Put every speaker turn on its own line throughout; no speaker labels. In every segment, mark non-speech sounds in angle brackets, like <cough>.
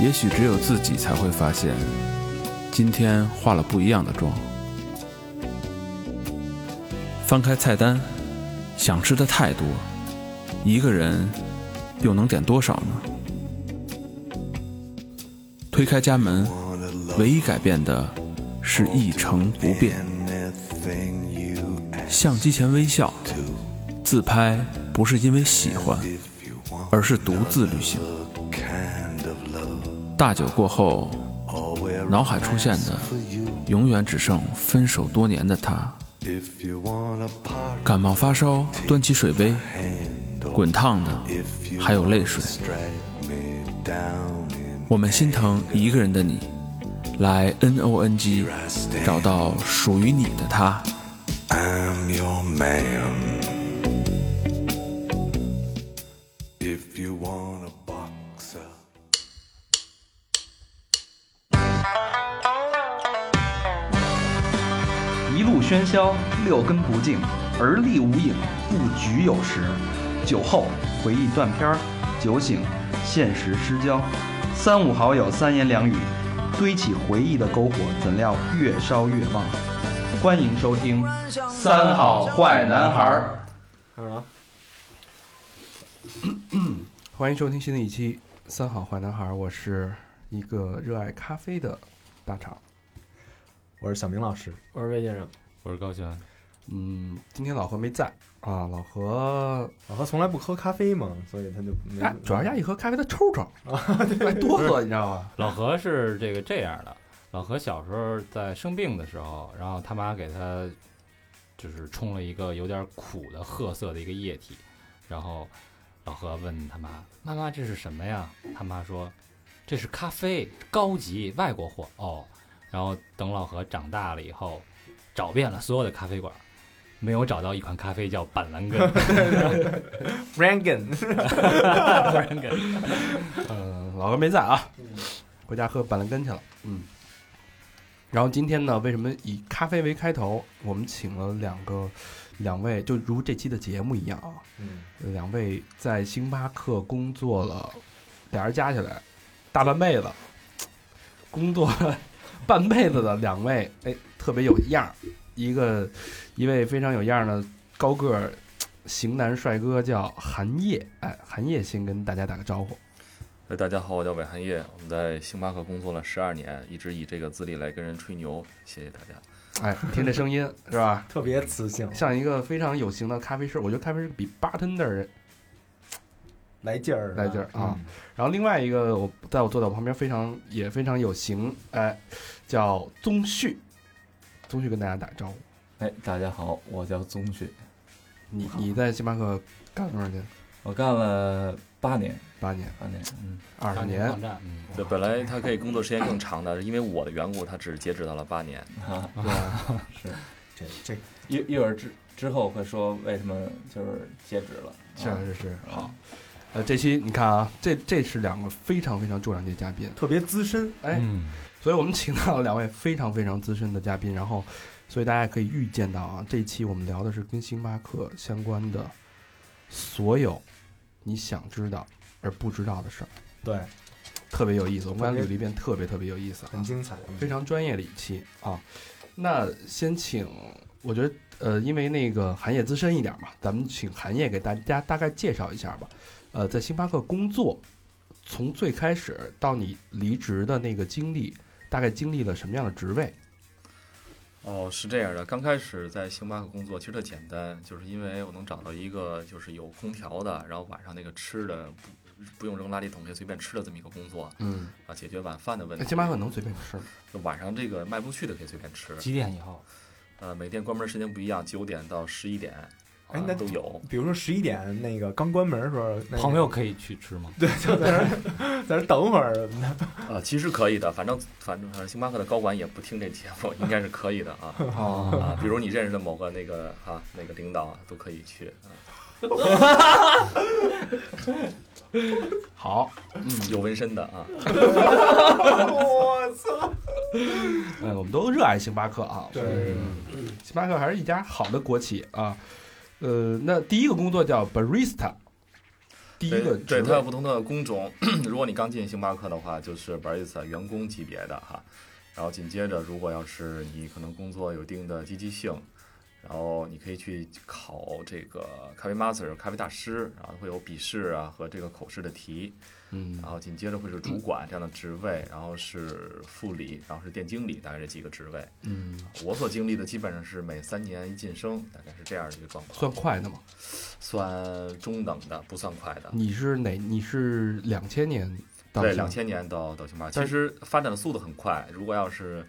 也许只有自己才会发现，今天化了不一样的妆。翻开菜单，想吃的太多，一个人又能点多少呢？推开家门，唯一改变的是一成不变。相机前微笑，自拍不是因为喜欢，而是独自旅行。大酒过后，脑海出现的永远只剩分手多年的他。感冒发烧，端起水杯，滚烫的还有泪水。我们心疼一个人的你，来 N O N G，找到属于你的他。
I'm your man. If you want a boxer.
一路喧嚣，六根不净，而立无影，不局有时。酒后回忆断片儿，酒醒现实失焦。三五好友三言两语，堆起回忆的篝火，怎料越烧越旺。欢迎收听《三好坏男孩儿
开始了。欢迎收听新的一期《三好坏男孩》，我是一个热爱咖啡的大厂。
我是小明老师，
我是魏先生，
我是高璇，
嗯，今天老何没在啊，老何
老何从来不喝咖啡嘛，所以他就没、
哎主要压一喝咖啡他抽
<laughs>
抽，还多喝，你知道吗？
老何是这个这样的。老何小时候在生病的时候，然后他妈给他就是冲了一个有点苦的褐色的一个液体，然后老何问他妈：“妈妈，这是什么呀？”他妈说：“这是咖啡，高级外国货哦。”然后等老何长大了以后，找遍了所有的咖啡馆，没有找到一款咖啡叫板蓝
<laughs>
根。
Rangan
板蓝根
嗯，老何没在啊，回家喝板蓝根去了。嗯，然后今天呢，为什么以咖啡为开头？我们请了两个两位，就如这期的节目一样啊，
嗯，
两位在星巴克工作了，俩人加起来大半辈子，工作了半辈子的两位，哎，特别有样儿。一个一位非常有样儿的高个儿型男帅哥叫韩烨，哎，韩烨先跟大家打个招呼。
哎，大家好，我叫韦寒业，我们在星巴克工作了十二年，一直以这个资历来跟人吹牛，谢谢大家。
哎，听这声音是吧？ <laughs>
特别磁性，
像一个非常有型的咖啡师，我觉得咖啡师比 bartender 人
来劲儿啊，
来劲儿啊
嗯，
然后另外一个，我在我坐在我旁边非常也非常有型，哎，叫宗旭，宗旭跟大家打个招呼。
哎，大家好，我叫宗旭，
你你在星巴克干了多少年？
我干了八年，
八年，
八年，嗯，
二十
网
年。
站，嗯，
对，本来他可以工作时间更长的，因为我的缘故，他只截止到了八年。
哈，是
这这
<laughs> 一一会儿之之后会说为什么就是截止了，
是
啊
是是，
好，
呃，这期你看啊，这这是两个非常非常重量级的嘉宾，
特别资深，
哎，
嗯
所以我们请到了两位非常非常资深的嘉宾，然后，所以大家可以预见到啊，这一期我们聊的是跟星巴克相关的所有你想知道而不知道的事儿，
对，
特别有意思。我们刚才
特别
捋了一遍，特别特别有意思
很
啊，
精彩，
非常专业的一期啊。那先请，我觉得呃，因为那个韩烨资深一点嘛，咱们请韩烨给大家大概介绍一下吧。呃，在星巴克工作，从最开始到你离职的那个经历，大概经历了什么样的职位？
哦，是这样的，刚开始在星巴克工作其实特简单，就是因为我能找到一个就是有空调的，然后晚上那个吃的不不用扔垃圾桶可以随便吃的这么一个工作
嗯，
啊，解决晚饭的问
那
题。
哎星巴克能随便吃吗？
就晚上这个卖不出去的可以随便吃，
几点以后？
呃，每店关门时间不一样，九点到十一点，啊、
哎那
都有。
比如说十一点那个刚关门的时候，那个
朋友可以去吃吗？
对，就在那儿在那儿等会儿，
啊，其实可以的，反正反正反正星巴克的高管也不听这节目，应该是可以的
<laughs>
啊
哦，
啊，比如你认识的某个那个啊那个领导都可以去啊，
好，
嗯
有纹身的啊，
我操，
嗯，我们都热爱星巴克啊，
对，
嗯
星巴克还是一家好的国企啊。呃，那第一个工作叫 barista，第一个职
对对它有
位
不同的工种。 <clears throat> 如果你刚进星巴克的话，就是巴里斯塔员工级别的哈。然后紧接着，如果要是你可能工作有一定的积极性，然后你可以去考这个咖啡 master 咖啡大师，然后会有笔试啊和这个口试的题。
嗯
啊
然，后紧接着会是主管这样的职位，然后是副理，然后是店经理，大概这几个职位。
嗯，
我所经历的基本上是每三年一晋升，大概是这样的一个状况，
算快的嘛？
算中等的，不算快的。
你是哪？你是两千年到
对，
校
两千年到到星巴克，
但
其实发展的速度很快。如果要是，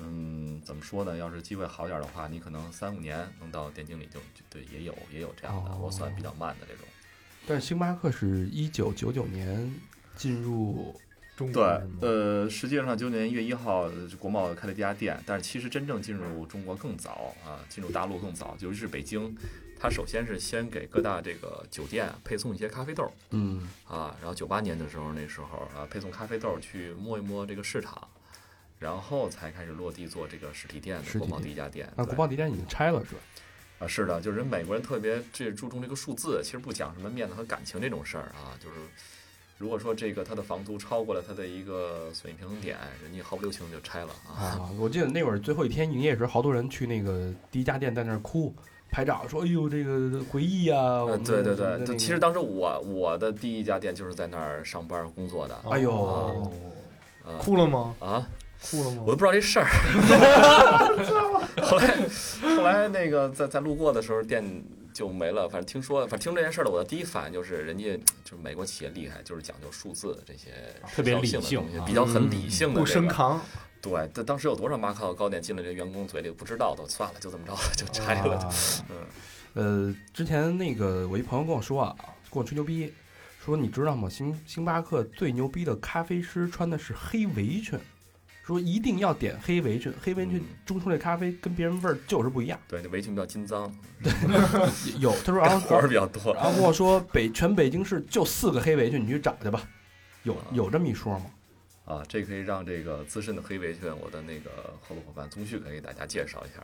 嗯，怎么说呢？要是机会好点儿的话，你可能三五年能到店经理就就对，也有也有这样的。
哦
我算比较慢的这种。
但是星巴克是一九九九年进入，
中
对
国人吗，
呃，实际上九九年一月一号，呃国贸开了第一家店，但是其实真正进入中国更早啊，进入大陆更早，尤其是北京，它首先是先给各大这个酒店配送一些咖啡豆
嗯，
啊，然后九八年的时候，那时候啊，配送咖啡豆去摸一摸这个市场，然后才开始落地做这个实体店
实体
的国贸
店
第一家店。
那
对
国贸地站已经拆了是吧？
啊，是的，就是人美国人特别这注重这个数字，其实不讲什么面子和感情这种事儿啊，就是如果说这个他的房租超过了他的一个损益平衡点，人家毫不留情地就拆了啊。
啊，我记得那会儿最后一天营业的时候，好多人去那个第一家店在那儿哭拍照，说：“哎呦，这个回忆啊！”我
呃
们
对对
的
对，
那
就
个
其实当时我我的第一家店就是在那儿上班工作的，
哎呦
哦
呃
哭了吗？
啊，
哭了吗？
我都不知道这事儿。 <laughs> 后来后来那个在在路过的时候店就没了，反正听说，反正听这件事儿的，我的第一反应就是人家就是美国企业厉害，就是讲究数字这些
特别
时效
理
性的
性
东西
啊
比较很理
嗯
性的
不
这
深
个
扛，
对，这当时有多少马卡糕点进了这员工嘴里不知道的，算了，就这么着，就拆了。 <laughs>
啊
嗯，
呃，之前那个我一朋友跟我说啊，跟我吹牛逼，说你知道吗？星星巴克最牛逼的咖啡师穿的是黑围裙，说一定要点黑围裙，黑围裙
嗯
冲出来咖啡跟别人味儿就是不一样。
对，那围裙比较金脏，
有，他说然
干
后
活儿比较多。
然后跟我说北全北京市就四个黑围裙，你去找去吧。有有这么一说吗？
啊，这可以让这个资深的黑围裙，我的那个合作伙伴宗旭可以给大家介绍一下。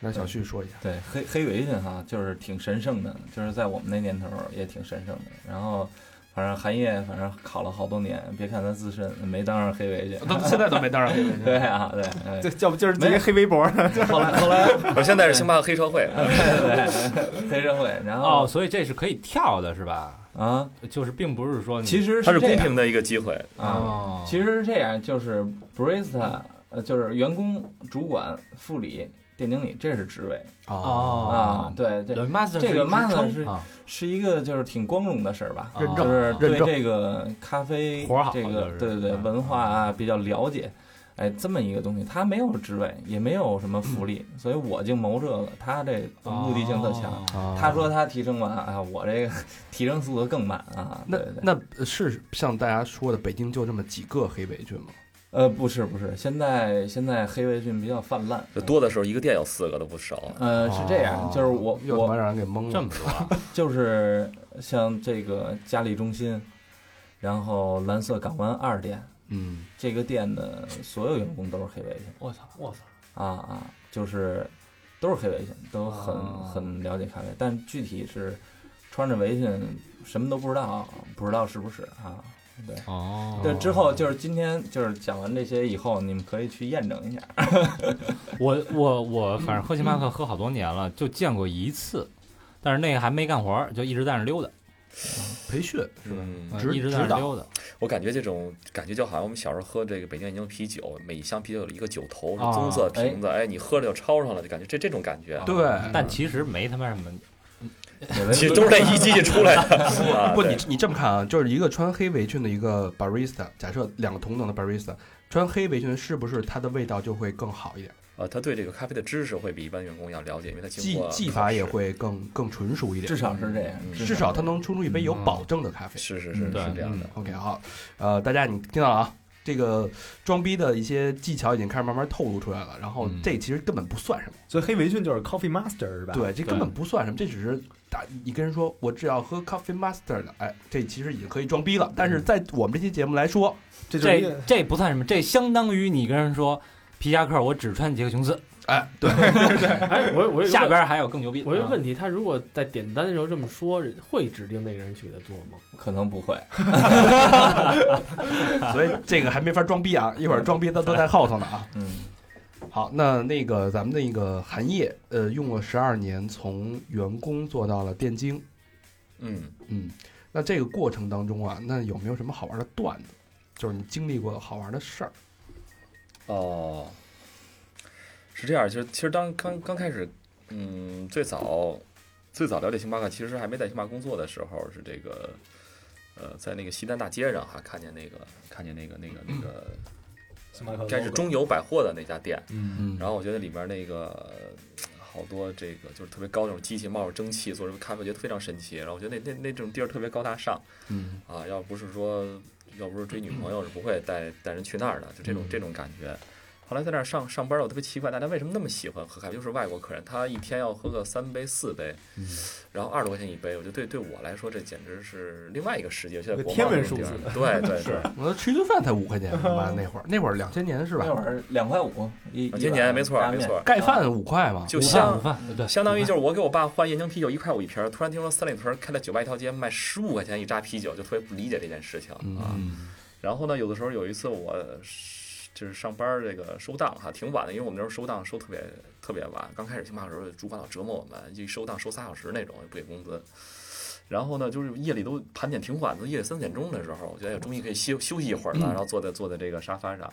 让小旭说一下。
对，黑黑围裙哈，就是挺神圣的，就是在我们那年头儿也挺神圣的。然后，反正韩烨，反正考了好多年，别看他自身没当上黑围裙。
他现在都没当上黑围裙。
对啊，对，哎
这要不今儿
没
接
有
黑微博呢？
后来后来，
我现在是星巴克黑社会，
对，黑社会，然
哦，
后
所以这是可以跳的，是吧？
啊，
就是并不是说你
其实
它是
这
公
样
平的一个机会。
啊，
哦，
其实是这样，就是 barista，呃，就是员工、主管、副理、店经理，这是职位
哦，
啊
哦，，
对对，
对，master
这个 master
是一
是
支撑啊
是一个就是挺光荣的事儿吧，
认证
就是对
认证
这个咖啡
活儿好
这
就
个
是
对对对
嗯
文化啊比较了解，哎，这么一个东西，他没有职位，也没有什么福利，所以我就谋这个，他这目的性特强。
哦
他说他提升完啊，我这个提升速度更慢啊。
那
对对
那呃是像大家说的，北京就这么几个黑围裙吗？
呃不是不是，现在现在黑围裙比较泛滥，
就多的时候，一个店有四个都不少。
呃是这样，就是我
哦又他妈
我
让人给蒙了。
这么多啊，
就是像这个嘉里中心，然后蓝色港湾二店。
嗯，
这个店的所有员工都是黑围裙
我操，
我
啊
操，
啊，就是都是黑围裙，都很、
哦
很了解咖啡，但具体是穿着围裙什么都不知道，啊不知道是不是啊？对。
哦
对，之后就是今天就是讲完这些以后，你们可以去验 <laughs> 证一下。
我我我，反正喝星巴克喝好多年了，就见过一次，但是那个还没干活儿，就一直在那溜达，
培训
嗯，
嗯
指
一直在
指
那
导
溜达。
我感觉这种感觉就好像我们小时候喝这个北京燕京啤酒，每一箱啤酒有一个酒头
啊
是棕色瓶子，哎，你喝了就抄上了，就感觉这这种感觉。啊
对
但其实没他妈什么，
其实都是那一机器出来
<laughs>
的。啊
不，
对
你你这么看啊，就是一个穿黑围裙的一个 barista，假设两个同等的 barista 穿黑围裙，是不是它的味道就会更好一点？
啊，他对这个咖啡的知识会比一般员工要了解，因为他经
技
过
技法也会更更纯熟一点
<laughs> 至，少是这样，
嗯
至少它能冲出一杯有保证的咖啡。
是是是是
嗯对
这样的。
OK，好，呃，大家你听到了啊，这个装逼的一些技巧已经开始慢慢透露出来了，然后
嗯
这其实根本不算什么。
所以黑围裙就是 Coffee Master 是吧？，
对，这根本不算什么，这只是打你跟人说我只要喝 Coffee Master 的，哎，这其实已经可以装逼了。但是在我们这期节目来说，
这就是一
这
个
这不算什么，这相当于你跟人说皮夹克我只穿杰克琼斯，
哎，
<laughs>
对，
哎，我我有一个
下边还有更牛逼的。
我有一个
啊
问题，他如果在点单的时候这么说，人会指定那个人去给他做吗？
可能不会。
所以这个还没法装逼啊，一会儿装逼都都在后头呢啊。
嗯，
好，那那个咱们那个韩烨，呃，用了十二年，从员工做到了电竞，
嗯，
嗯，那这个过程当中啊，那有没有什么好玩的段子？就是你经历过好玩的事儿？
哦，是这样，其实其实当刚刚开始，嗯，最早最早了解星巴克，其实还没在星巴克工作的时候，是这个，呃，在那个西单大街上哈，看见那个看见那个那个那个，
星巴克
应该是中友百货的那家店，
嗯，
然后我觉得里面那个呃好多这个就是特别高那种机器冒着蒸汽做成咖啡，我觉得非常神奇。然后我觉得那那那种地儿特别高大上，
嗯
啊，要不是说要不是追女朋友是不会带带人去那儿的，就这
嗯
种这种感觉。后来在那儿上上班，我特别奇怪，大家为什么那么喜欢喝咖啡？就是外国客人，他一天要喝个三杯四杯，
嗯
然后二十多块钱一杯，我觉得对对我来说这简直是另外一个世界。现在
一个
国贸
天文
这种
数
地儿
字
对对
<laughs>
对，
我吃一顿饭才五块钱，妈那会儿那会儿两千年是吧
那？会儿两块五一，
啊今年没错
拉
没
面
错，
盖饭五块嘛，
就
午
像
饭午饭啊对，
相当于
午
就是我给我爸换燕京啤酒一块五一瓶儿，突然听说三里屯儿开了酒吧一条街卖十五块钱一扎啤酒，就特别不理解这件事情啊。
嗯
然后呢，有的时候有一次我是就是上班儿这个收档哈，挺晚的，因为我们那时候收档收特别特别晚，刚开始星巴克的时候主管老折磨我们，一收档收仨小时那种，也不给工资。然后呢，就是夜里都盘点挺晚的，夜里三点钟的时候，我觉得哎终于可以休休息一会儿了，然后坐在坐在这个沙发上。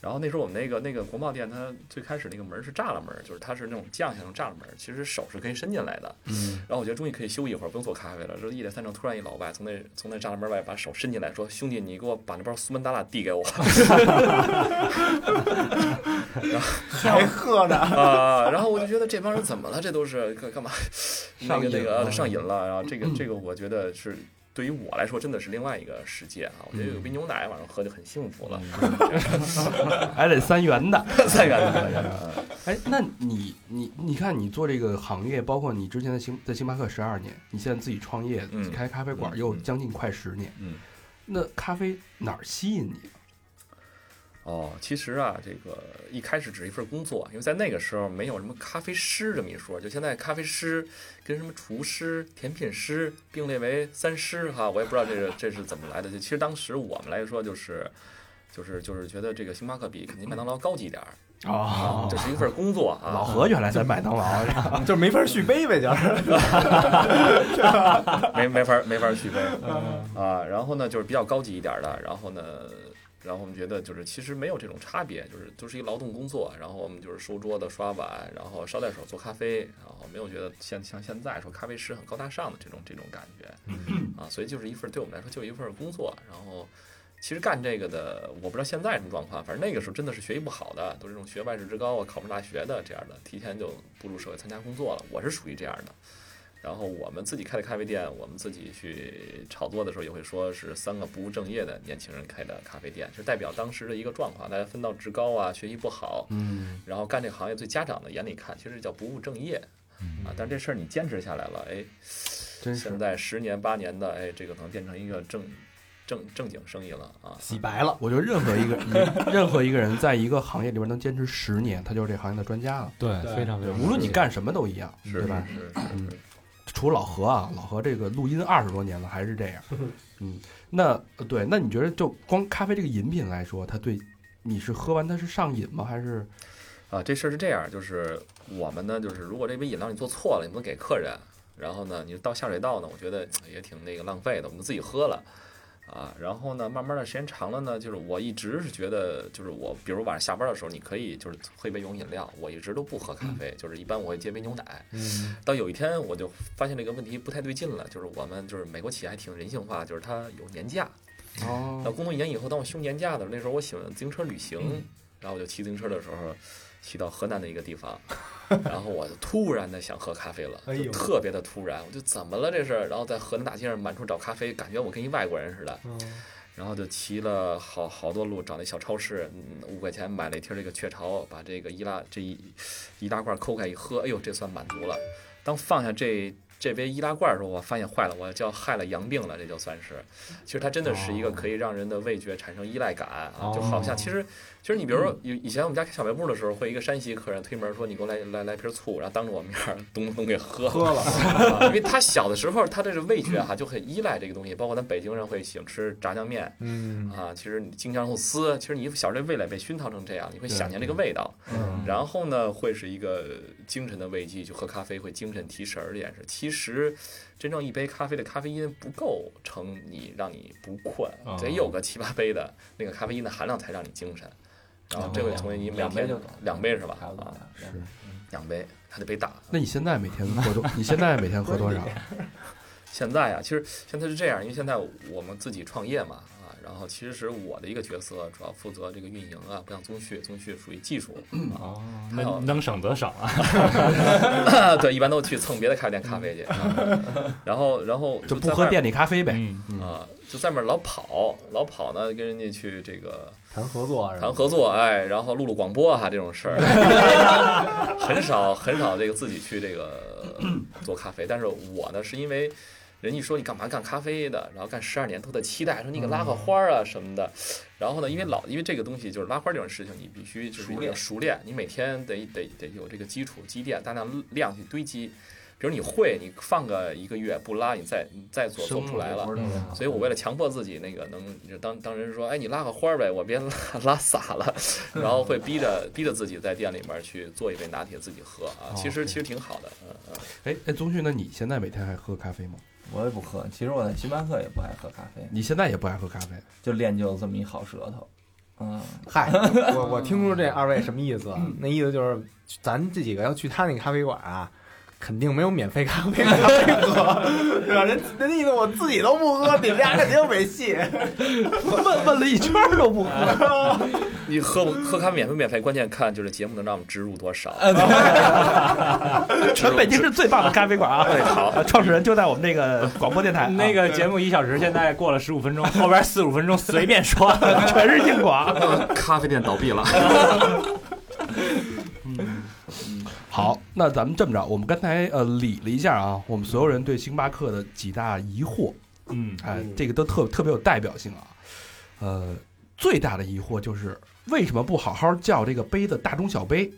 然后那时候我们那个那个国贸店，它最开始那个门是栅栏门，就是它是那种降下来的栅栏门，其实手是可以伸进来的。
嗯，
然后我觉得终于可以休息一会儿，不用做咖啡了。这一点三正，突然一老外从那从那栅栏门外把手伸进来，说：“兄弟，你给我把那包苏门答腊递给我。 <laughs>
还喝
<laughs>
呢，”
啊，然后我就觉得这帮人怎么了？这都是干干嘛？那个
上瘾
那个
了嗯
呃上瘾了。然后这个这个，我觉得是对于我来说真的是另外一个世界啊！我觉
嗯
得有杯牛奶晚上喝就很幸福了。
还得三元的。
<laughs> 再远点，再远点。嗯
哎，那你你你看，你做这个行业，包括你之前在星在星巴克十二年，你现在自己创业
嗯
开咖啡馆，
嗯
又将近快十年，
嗯，
那咖啡哪儿吸引你？
哦，其实啊，这个一开始只是一份工作，啊因为在那个时候没有什么咖啡师这么一说，就现在咖啡师跟什么厨师、甜品师并列为三师哈，我也不知道这是这是怎么来的。就其实当时我们来说就是。就是就是觉得这个星巴克比肯定麦当劳高级一点儿，
哦
这是一份工作啊。
老何原来在麦当劳，啊
就是没法续杯呗，就是
没没法没法续杯啊。然后呢，就是比较高级一点的，然后呢，然后我们觉得就是其实没有这种差别，就是就是一劳动工作，然后我们就是收桌子、刷碗，然后捎带手做咖啡，然后没有觉得像像现在说咖啡师很高大上的这种这种感觉啊，所以就是一份对我们来说就一份工作，然后。其实干这个的，我不知道现在什么状况，反正那个时候真的是学习不好的，都是这种学外事之高啊，考不上大学的这样的，提前就步入社会参加工作了。我是属于这样的，然后我们自己开的咖啡店，我们自己去炒作的时候，也会说是三个不务正业的年轻人开的咖啡店，就代表当时的一个状况。大家分到职高啊，学习不好，
嗯，
然后干这个行业，最家长的眼里看，其实叫不务正业啊。但是这事儿你坚持下来了，哎，
真是
现在十年八年的，哎，这个可能变成一个正正正经生意了啊。
洗白了，
我觉得任何一个人，任何一个人在一个行业里边能坚持十年，他就是这行业的专家了。
对
对
非常非常，
无论你干什么都一样，对吧？
是是
嗯
是，
除老何啊，老何这个录音二十多年了，还是这样。嗯，那呃对，那你觉得就光咖啡这个饮品来说，它对你是喝完它是上瘾吗？还是
啊，这事儿是这样，就是我们呢，就是如果这杯饮料你做错了，你不能给客人，然后呢，你倒下水道呢，我觉得哎也挺那个浪费的，我们自己喝了。啊，然后呢，慢慢的时间长了呢，就是我一直是觉得，就是我，比如晚上下班的时候，你可以就是喝一杯有饮料，我一直都不喝咖啡，就是一般我会接杯牛奶。
嗯，
到有一天我就发现这个问题不太对劲了，就是我们就是美国企业还挺人性化，就是它有年假，
哦
到，工作一年以后，当我休年假的时候，那时候我喜欢自行车旅行，
嗯
然后我就骑自行车的时候，骑到河南的一个地方，然后我就突然的想喝咖啡了，
哎
就
呦
特别的突然，我就怎么了这是？然后在河南大街上满处找咖啡，感觉我跟一外国人似的，
嗯
嗯
然后就骑了好好多路，找那小超市，嗯五块钱买了一瓶这个雀巢，把这个易拉这一易拉罐抠开一喝，哎呦，这算满足了。当放下这这杯易拉罐的时候，我发现坏了，我叫害了羊病了，这就算是。其实它真的是
哦
一个可以让人的味觉产生依赖感啊，就好像其实其实你比如说
嗯
以以前我们家开小卖部的时候，会一个山西客人推门说你给我来来来瓶醋，然后当着我面儿咚咚给喝了，
喝了
啊 <laughs> 因为他小的时候他这个味觉哈、啊就很依赖这个东西，包括咱北京人会喜欢吃炸酱面，
嗯
啊，其实你京酱肉丝，其实你小时候这味蕾被熏陶成这样，你会
对
想念这个味道。
嗯
然后呢，会是一个精神的慰藉，就喝咖啡会精神提神儿这件事。其实，真正一杯咖啡的咖啡因不够撑你，让你不困
哦，
得有个七八杯的那个咖啡因的含量才让你精神。然后这会从你每
两杯啊
天
就够
两杯是吧？啊，两杯，还得杯大。
那你现在每天喝多？你现在每天喝多
<laughs>
少？
现在啊，其实现在是这样，因为现在我们自己创业嘛，啊，然后其实我的一个角色主要负责这个运营啊，不像宗旭，宗旭属于技术
嗯
啊，
哦
还有 <laughs>
能能省则省啊。
对，一般都去蹭别的咖啡店咖啡去，啊然后然后
<laughs> 就不
在
喝
外
店里咖啡呗。
啊，就在外面老跑，老跑呢，跟人家去这个
谈合
啊
作
嗯
谈合作，哎，然后录录广播哈这种事儿，很少很少这个自己去这个做咖啡。但是我呢，是因为人一说你干嘛干咖啡的，然后干十二年都在期待，说你给拉个花儿啊什么的。然后呢，因为老因为这个东西就是拉花这种事情，你必须就是
熟练
熟练，熟练，你每天得得得有这个基础积淀，大量量去堆积。比如你会，你放个一个月不拉，你再你再做做
生
不出来了
不是那
嗯
个。
所以我为了强迫自己那个能，就当当人说，哎，你拉个花儿呗，我别拉拉
<laughs>
洒了，然后会逼着逼着自己在店里面去做一杯拿铁自己喝
哦
啊，其实其实挺好的，嗯嗯。
哎，哎，宗旭，那你现在每天还喝咖啡吗？
我也不喝，其实我在星巴克也不爱喝咖啡，
你现在也不爱喝咖啡？
就练就了这么一好舌头。嗯，
嗨， <laughs> 我我听出这二位什么意思？那意思就是，咱这几个要去他那咖啡馆啊，肯定没有免费咖啡咖啡喝， <laughs> 对吧？人人家意思我自己都不喝，你们俩肯定没戏。问问了一圈都不喝，
你喝不喝咖啡免费不免费，关键看就是节目能让我们植入多少。
呃
全北京是最棒的咖啡馆啊！
对，好，
<laughs> 创始人就在我们这个广播电台。
<laughs> 那个节目一小时，现在过了十五分钟，后边四五分钟随便说，全是硬广。
咖啡店倒闭了。
好，那咱们这么着，我们刚才呃理了一下啊，我们所有人对星巴克的几大疑惑，
嗯，
哎，这个都特特别有代表性啊。呃，最大的疑惑就是为什么不好好叫这个杯子大中小杯？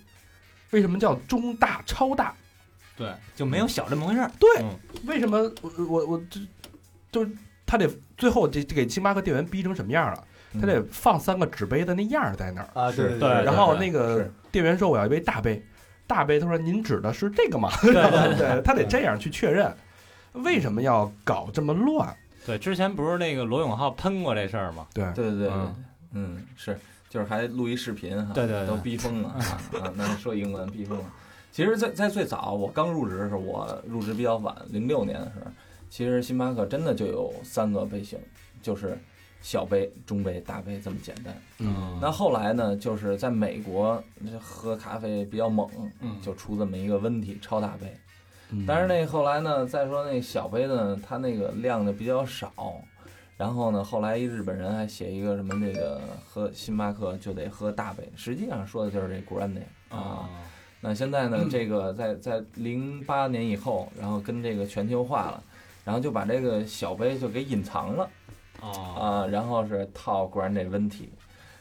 为什么叫中大超大？
对，就没有小这么回事儿。
对，
嗯
为什么我我我这就是他得最后这这给星巴克店员逼成什么样了？他
嗯
得放三个纸杯的那样儿在那儿
<laughs> 啊对是对对
然后
对
那个
是
店员说我要一杯大杯，大杯他说您指的是这个吗？
对对
对， <laughs> 他得这样去确认，为什么要搞这么乱？
<laughs> 对，之前不是那个罗永浩喷过这事儿吗？
对
对对对对
嗯，
嗯，是，就是还录一视频哈，
对对对
都逼疯了啊啊！那说英文逼疯了。其实在，在最早我刚入职的时候，我入职比较晚，零六年的时候，其实星巴克真的就有三个杯型，就是小杯、中杯、大杯这么简单。
嗯
那后来呢，就是在美国这喝咖啡比较猛，就出这么一个温体超大杯。但是那后来呢，再说那小杯的呢，它那个量的比较少。然后呢，后来一日本人还写一个什么那个喝星巴克就得喝大杯，实际上说的就是这 grande 啊。
哦
那现在呢，这个在在零八年以后，然后跟这个全球化了，然后就把这个小杯就给隐藏了。
哦
啊，然后是套果然这温体，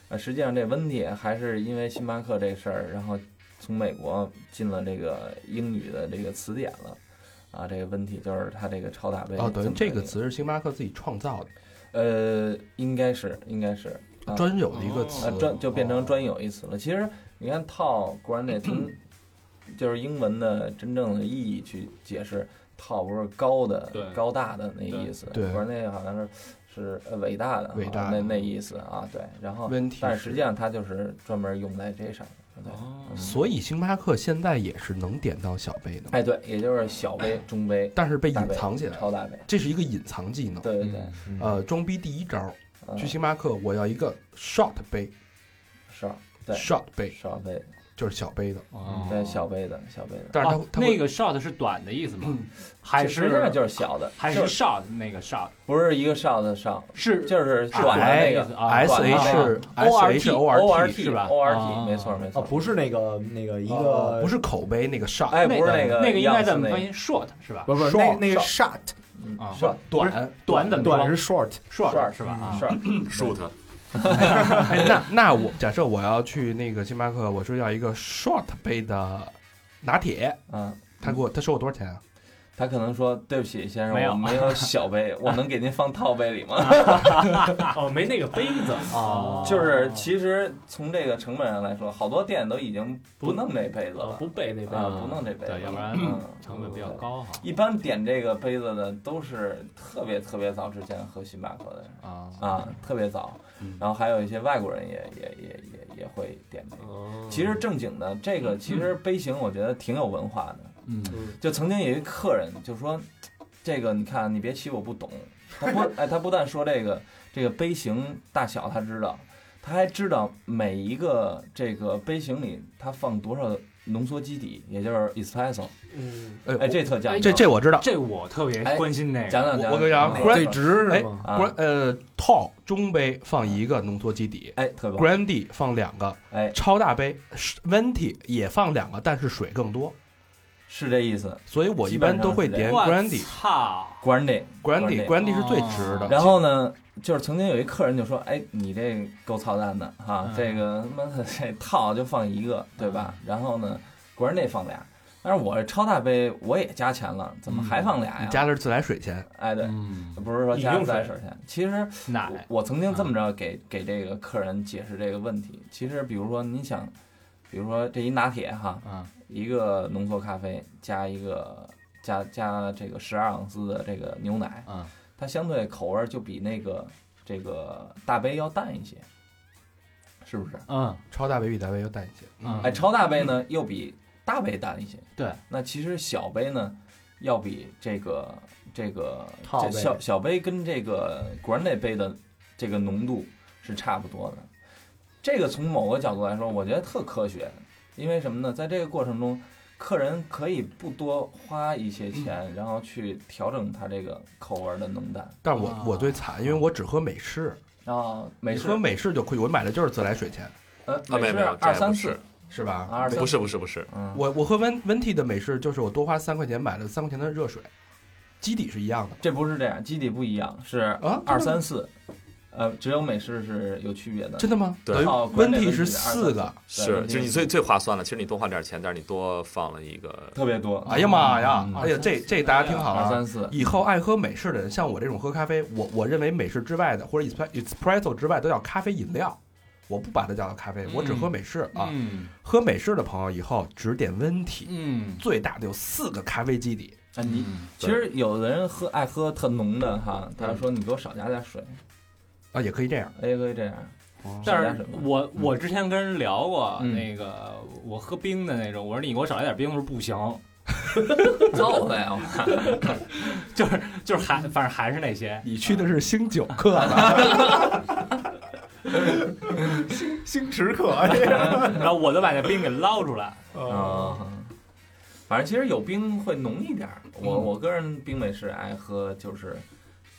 呃，实际上这温体还是因为星巴克这事儿，然后从美国进了这个英语的这个词典了，啊，这个温体就是它这个超大杯
哦，等于
么
这
一
个词是星巴克自己创造的，
呃，应该是应该是、啊
专有的一个词哦
啊，专就变成专有一词了。其实你看套果然这 <clears throat> 从就是英文的真正的意义去解释，套不是高的
对
高大的那意思，
对
果然那好像是。是呃伟大的，
伟
好像
大的
那那意思啊，对，然后
问题
但
是
实际上它就是专门用在这上面，对，
哦
嗯
所以星巴克现在也是能点到小杯的，
哎对，也就是小杯、中杯，
但是被
大
隐
杯
藏起来
超大杯，
这是一个隐藏技能。
对对对，
呃，装逼第一招，
嗯
去星巴克我要一个 shot 杯
是，对
，shot 杯，
少杯，
就是小杯的，
哦
对，嗯小杯的，小杯的。
但是它
哦
它会
那个 shot 是短的意思吗？还
实际上
是
就是小的，
还是
就
shot 那个 shot
不是一个哨子哨，
是
就是
是
短的那
意思
个
啊
S
短的
H
啊
S H O R
O
T
R T
是吧
O R
啊
T，没错没
哦，
错，
不是那个那个一
呃哦不
个，
是口碑那个 shot，
哎，不是那个
那个应该
样子
怎么
那
翻译 short 是吧？
不是不是那
short，
那个 shot
个
啊
是吧
短
短怎么
短
说
是 short，
short 是吧？啊，
是吧
竖它，
哎，那那我假设我要去那个星巴克，我说要一个 short 杯的拿铁，
嗯。
他给我他收我多少钱啊？
他可能说：“对不起，先生，
没有
我没有小杯，我能给您放套杯里吗
<laughs>
哦，没那个杯子啊？”
哦
<laughs> 就是其实从这个成本上来说，好多店都已经不弄这杯子
啊
呃
了，，
不备那杯
啊，
子。
不弄这杯子了，
对要不然
嗯
成本比较。高哈
一般点这个杯子的都是特别特别早之前喝星巴克的人
啊
啊，特别早。然后还有一些外国人也也也也也会点这个。
哦
其实正经的这个其实杯型我觉得挺有文化的。
嗯，
就曾经有一客人就说，这个你看你别欺负我不懂。他不哎，他不但说这个这个杯型大小他知道，他还知道每一个这个杯型里它放多少浓缩基底，也就是 espresso。
嗯，
哎，
哎，这特讲究。
这这我知道，
这我特别关心那
讲
个，
讲讲，
我我跟你讲
嗯
忽然
最值是吗？
啊
不是呃 tall 中杯放一个浓缩基底
哎，特别
，grand D 放两个，
哎，
超大杯 venti 也放两个，但是水更多，
是这意思。
所以我一般都会点
我
grand D
操，
Grande 哦
grand D grand D 是最值的。
然后呢，就是曾经有一客人就说：“哎，你这够操蛋的哈
嗯，
这个他妈的这套就放一个，对吧？然后呢，Grande 放俩，但是我超大杯我也加钱了，怎么还放俩
你
呀？
加的是自来水钱，
哎，对，
嗯，
不是说
饮
加
用水
在水钱，其实
奶
我我曾经这么着给给这个客人解释这个问题。其实，比如说你想，比如说这一拿铁哈，
嗯，
一个浓缩咖啡加一个加加这个十二盎司的这个牛奶，
嗯，
它相对口味儿就比那个这个大杯要淡一些，是不是？
嗯
超大杯比大杯要淡一些。
嗯，
哎，超大杯呢又比大杯淡一些。
对，
那其实小杯呢，要比这个这个
套
这
杯
小小杯跟这个果然那杯的这个浓度是差不多的。这个从某个角度来说，我觉得特科学，因为什么呢？在这个过程中，客人可以不多花一些钱，然后去调整他这个口味儿的浓淡
但是我
啊
我最惨，因为我只喝美式，
啊。美
你
式
喝美式就亏，我买的就是自来水钱，
呃
啊没
美式
有没有，这
二
也
三
不
四
是，
是吧？
啊二三
不是不是不是，
嗯，
我我喝温温蒂的美式，就是我多花三块钱买了三块钱的热水，基底是一样的
这不是这样，基底不一样，是
啊？
二三四，呃，只有美式是有区别的。
真的吗？
对
等于
哦
温
国内
蒂
温
是
蒂
四个，
是就是你最
对
最划算了。其实你多花点钱，但是你多放了一个，
特别多。
哎呀啊妈呀！
嗯
哎呀，这这大家听好
二
了。
三四，
以后爱喝美式的人，像我这种喝咖啡，我我认为美式之外的或者 espre- espresso 之外都叫咖啡饮料，我不把它叫做咖啡，我只喝美式啊。
嗯
喝美式的朋友以后只点温体，
嗯，
最大的有四个咖啡基底，
啊你
嗯
其实有的人喝爱喝特浓的哈，他说你给我少加点水，
啊，也可以这样。
哎，可以这样。
哦
少加
但
水
是
吧
我我之前跟人聊过
嗯
那个，我喝冰的那种，我说你给我少来点冰，我说不 <laughs> 行，
揍他呀！我
<laughs> 就是就是还反正还是那 <laughs> 些，
你去的是星九课吧？
星驰客，
然后我就把那冰给捞出来，
啊，反正其实有冰会浓一点儿。我我个人冰美式爱喝就是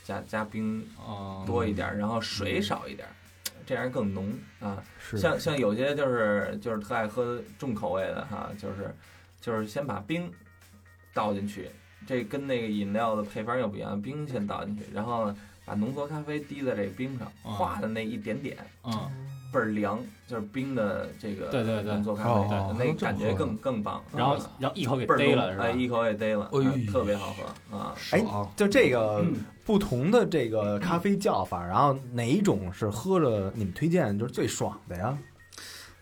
加加冰
嗯，
多一点儿，然后水少一点儿，这样更浓啊。
是
像像有些就是就是特爱喝重口味的哈，就是就是先把冰倒进去，这跟那个饮料的配方又不一样，冰先倒进去，然后呢把浓缩咖啡滴在这个冰上，
嗯
化的那一点点
嗯，
倍儿凉，就是冰的这个
对对对
浓，缩咖啡，
哦，
那感觉更更棒。
然后
嗯
然后一口给
倍儿
逮
浓
了是吧
哎，？一口给逮了，
哎
嗯
呦
特别好喝啊！
哎
爽
就这个不同的这个咖啡叫法，然后哪一种是喝着你们推荐就是最爽的呀？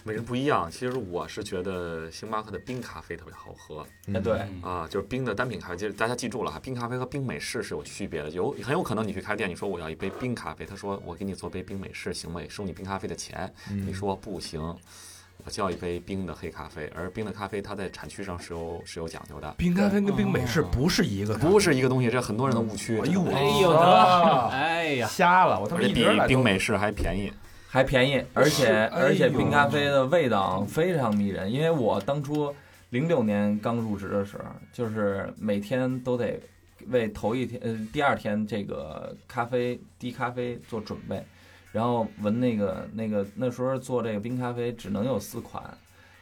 每人不一样。其实我是觉得星巴克的冰咖啡特别好喝
哎，对，
嗯
啊，就是冰的单品咖啡。就是大家记住了哈，冰咖啡和冰美式是有区别的。有很有可能你去开店，你说我要一杯冰咖啡，他说我给你做杯冰美式行吗？也收你冰咖啡的钱，
嗯
你说不行，我就要一杯冰的黑咖啡。而冰的咖啡它在产区上是有是有讲究的，
冰咖啡跟冰美式不是一个，
不是一个东西，这很多人的误区。
哎呦我
哎呦得了，哎呀，
<laughs>
瞎了，我他妈
而且
一
比
直来
冰美式还便宜，
还便宜，而且、
哎呦
而且冰咖啡的味道非常迷人。因为我当初零六年刚入职的时候，就是每天都得为头一天呃第二天这个咖啡低咖啡做准备，然后闻那个那个那时候做这个冰咖啡只能有四款，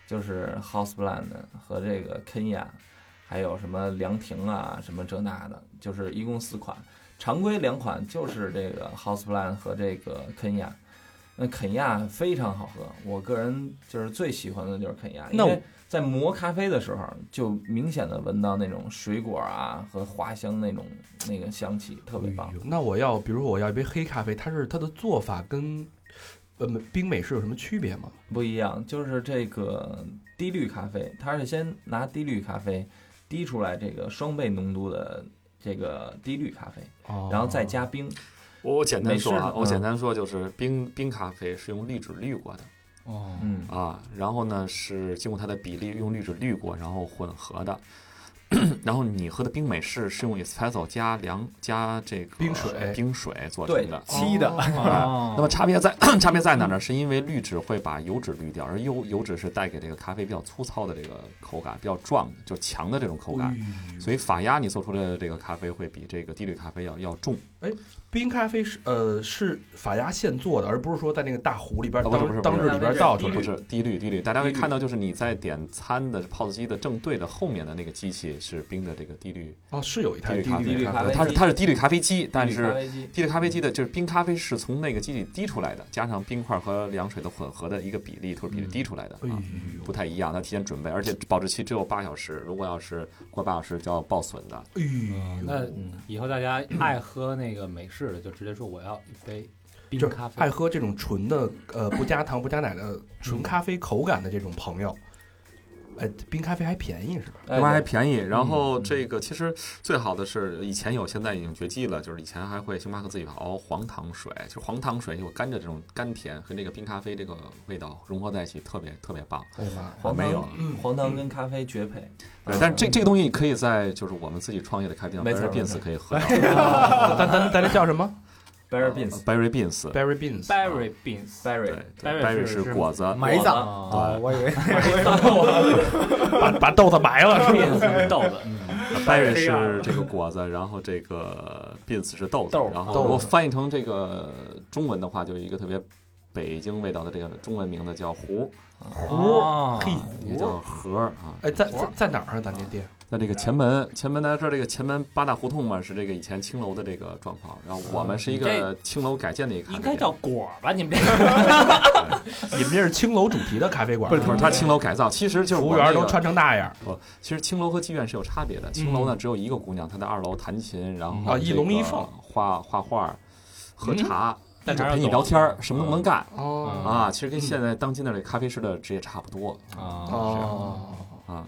就是 House Blend 和这个 Kenya，还有什么凉亭啊什么这那的，就是一共四款。常规两款就是这个 House Blend 和这个 Kenya。那肯亚非常好喝，我个人就是最喜欢的就是肯亚，因
那我
为在磨咖啡的时候就明显的闻到那种水果啊和花香那种那个香气，特别
哎
棒。
那我要，比如说我要一杯黑咖啡，它是它的做法跟呃美冰美式有什么区别吗？
不一样，就是这个低滤咖啡，它是先拿低滤咖啡滴出来这个双倍浓度的这个低滤咖啡，
哦
然后再加冰。
我简单说啊
美，式
我简
嗯
单说就是冰冰咖啡是用滤纸滤过的，
哦
嗯
啊，然后呢是经过它的比例用滤纸滤过，然后混合的。 <coughs> 然后你喝的冰美式是用 espresso 加凉加这个
冰水
冰水做成的，
沏的
哦
啊，那么差别在差别在哪呢？是因为滤纸会把油脂滤掉，而油油脂是带给这个咖啡比较粗糙的这个口感，比较壮就强的这种口感，
哎
所以法压你做出来的这个咖啡会比这个低滤咖啡要要重。
冰咖啡是呃是法压现做的，而不是说在那个大壶里边当
啊不是不是
当
不
日
是
里边倒出
不
来。
是低滤低滤，大家会
低滤
看到就是你在点餐的泡子机的正对的后面的那个机器是冰的这个低滤
哦，是有一台
低
呃低
滤
滤
咖
咖
啡，
啡
它是它是低滤咖啡机，但
低滤咖啡
是
机
低滤咖啡机的就是冰咖啡是从那个机里滴出来的，加上冰块和凉水的混合的一个比例，它是比例滴出来的
哎
啊，不太一样。它提前准备，而且保质期只有八小时，如果要是过八小时就要报损的。
哎呦，
那以后大家爱喝那个美式的，就直接说我要一杯冰
就
咖啡。
爱喝这种纯的呃不加糖不加奶的纯咖啡口感的这种朋友，哎，冰咖啡还便宜是吧？
哎嗯
另外还便宜。然后这个其实最好的是以前有，现在已经绝迹了。就是以前还会星巴克自己熬黄糖水，就是黄糖水有甘蔗这种甘甜和那个冰咖啡这个味道融合在一起，特别特别棒。
哦
哎呀妈，
黄
没
糖
有，
黄糖跟咖啡绝配。
对，但是这这个东西可以在就是我们自己创业的咖啡店
没错
Berry
没
Beans
错
可以喝到。
咱咱咱这叫什么
<laughs> Berry Beans
Berry Beans，
？Berry Beans。
Berry Beans，
哦对
Berry
对
Berry
，Berry
是
是果子，
埋
啊
葬
对
哦，我以为
<laughs> 把把豆子埋了是吧？
Beans 豆子，嗯
Berry 是这个果子，然后这个 beans 是豆子
豆，
然后
豆
如果翻译成这个中文的话，就是一个特别北京味道的这个中文名字叫糊，
哦
嘿，
也叫盒儿啊。
哎，在在在哪儿啊？咱这店？
那这个前门，前门大家知道这个前门八大胡同嘛，是这个以前青楼的这个状况，然后我们是一个青楼改建的一
嗯
个咖
应
啡
该
店，
叫果儿吧？你们这
你们这是青楼主题的咖啡馆
不是不
吗，
是，它青楼改造，其实就是
服
我
务
们
员
这
都
个
穿成那样
不，其实青楼和妓院是有差别的。青楼呢，只有一个姑娘，她在二楼弹琴，然后
啊一龙一凤，嗯
画画画，喝茶，
但
就
还是
陪你
懂
聊天，儿，什么都能干
哦
啊。其实跟现在当今的这咖啡师的职业差不多
嗯
啊，
哦，
啊。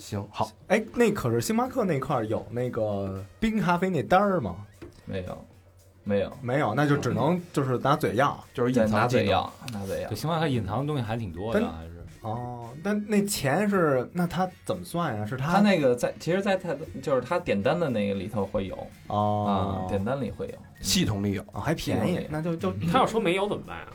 行好，
哎，那可是星巴克那块儿有那个冰咖啡那单儿吗？
没有，没有，
没有，那就只能就是拿嘴要
就是
再
隐
拿
藏
嘴
技能。
要，拿嘴要
对，。星巴克隐藏的东西还挺多的，
但
还是
哦。但那钱是那他怎么算呀？是
他
他
那个在，其实，在他的就是他点单的那个里头会有啊
哦，，
点单里会有，
系统里有，
哦还便
便
宜
宜，
那就就
他要说没有怎么办啊？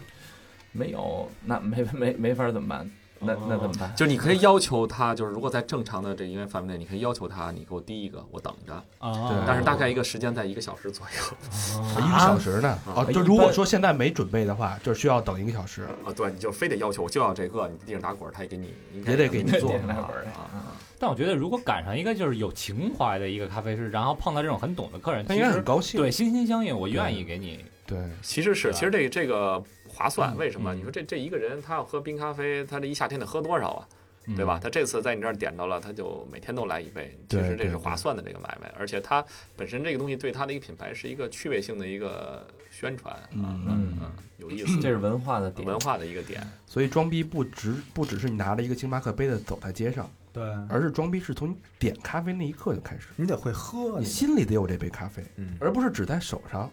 没有那没没没法怎么办？那那怎么
<laughs>
办？
就是你可以要求他，就是如果在正常的这个营业范围内，你可以要求他，你给我滴一个，我等着。
啊
但是大概一个时间在一个小时左 <laughs> 右
一个小时呢。哦，就
一
如果
般
说现在没准备的话，就需要等一个小时。
啊。对，你就非得要求我就要这个，你地上打滚儿，他也给你应该
也得给
<laughs>
你做
做
点来会儿
啊。
但我觉得如果赶上一个就是有情怀的一个咖啡师，然后碰到这种很懂的客人，
他
其
应该很
实
高兴。
对心心相印，我愿意给你。
对，
其实是，
对吧
其实这这个划算，为什么？
嗯
你说这这一个人他要喝冰咖啡，他这一夏天得喝多少啊？
嗯
对吧？他这次在你这儿点着了，他就每天都来一杯，其
对
实这
对
是划算的这个买卖，而且它本身这个东西对它的一个品牌是一个趣味性的一个宣传啊，
嗯
嗯，有意思，
这是文化的点
文。化的一个点。
所以装逼不只不只是你拿着一个星巴克杯子走在街上，
对，
而是装逼是从你点咖啡那一刻就开始，
你得会喝
你。心里得有这杯咖啡，
嗯
而不是只在手上。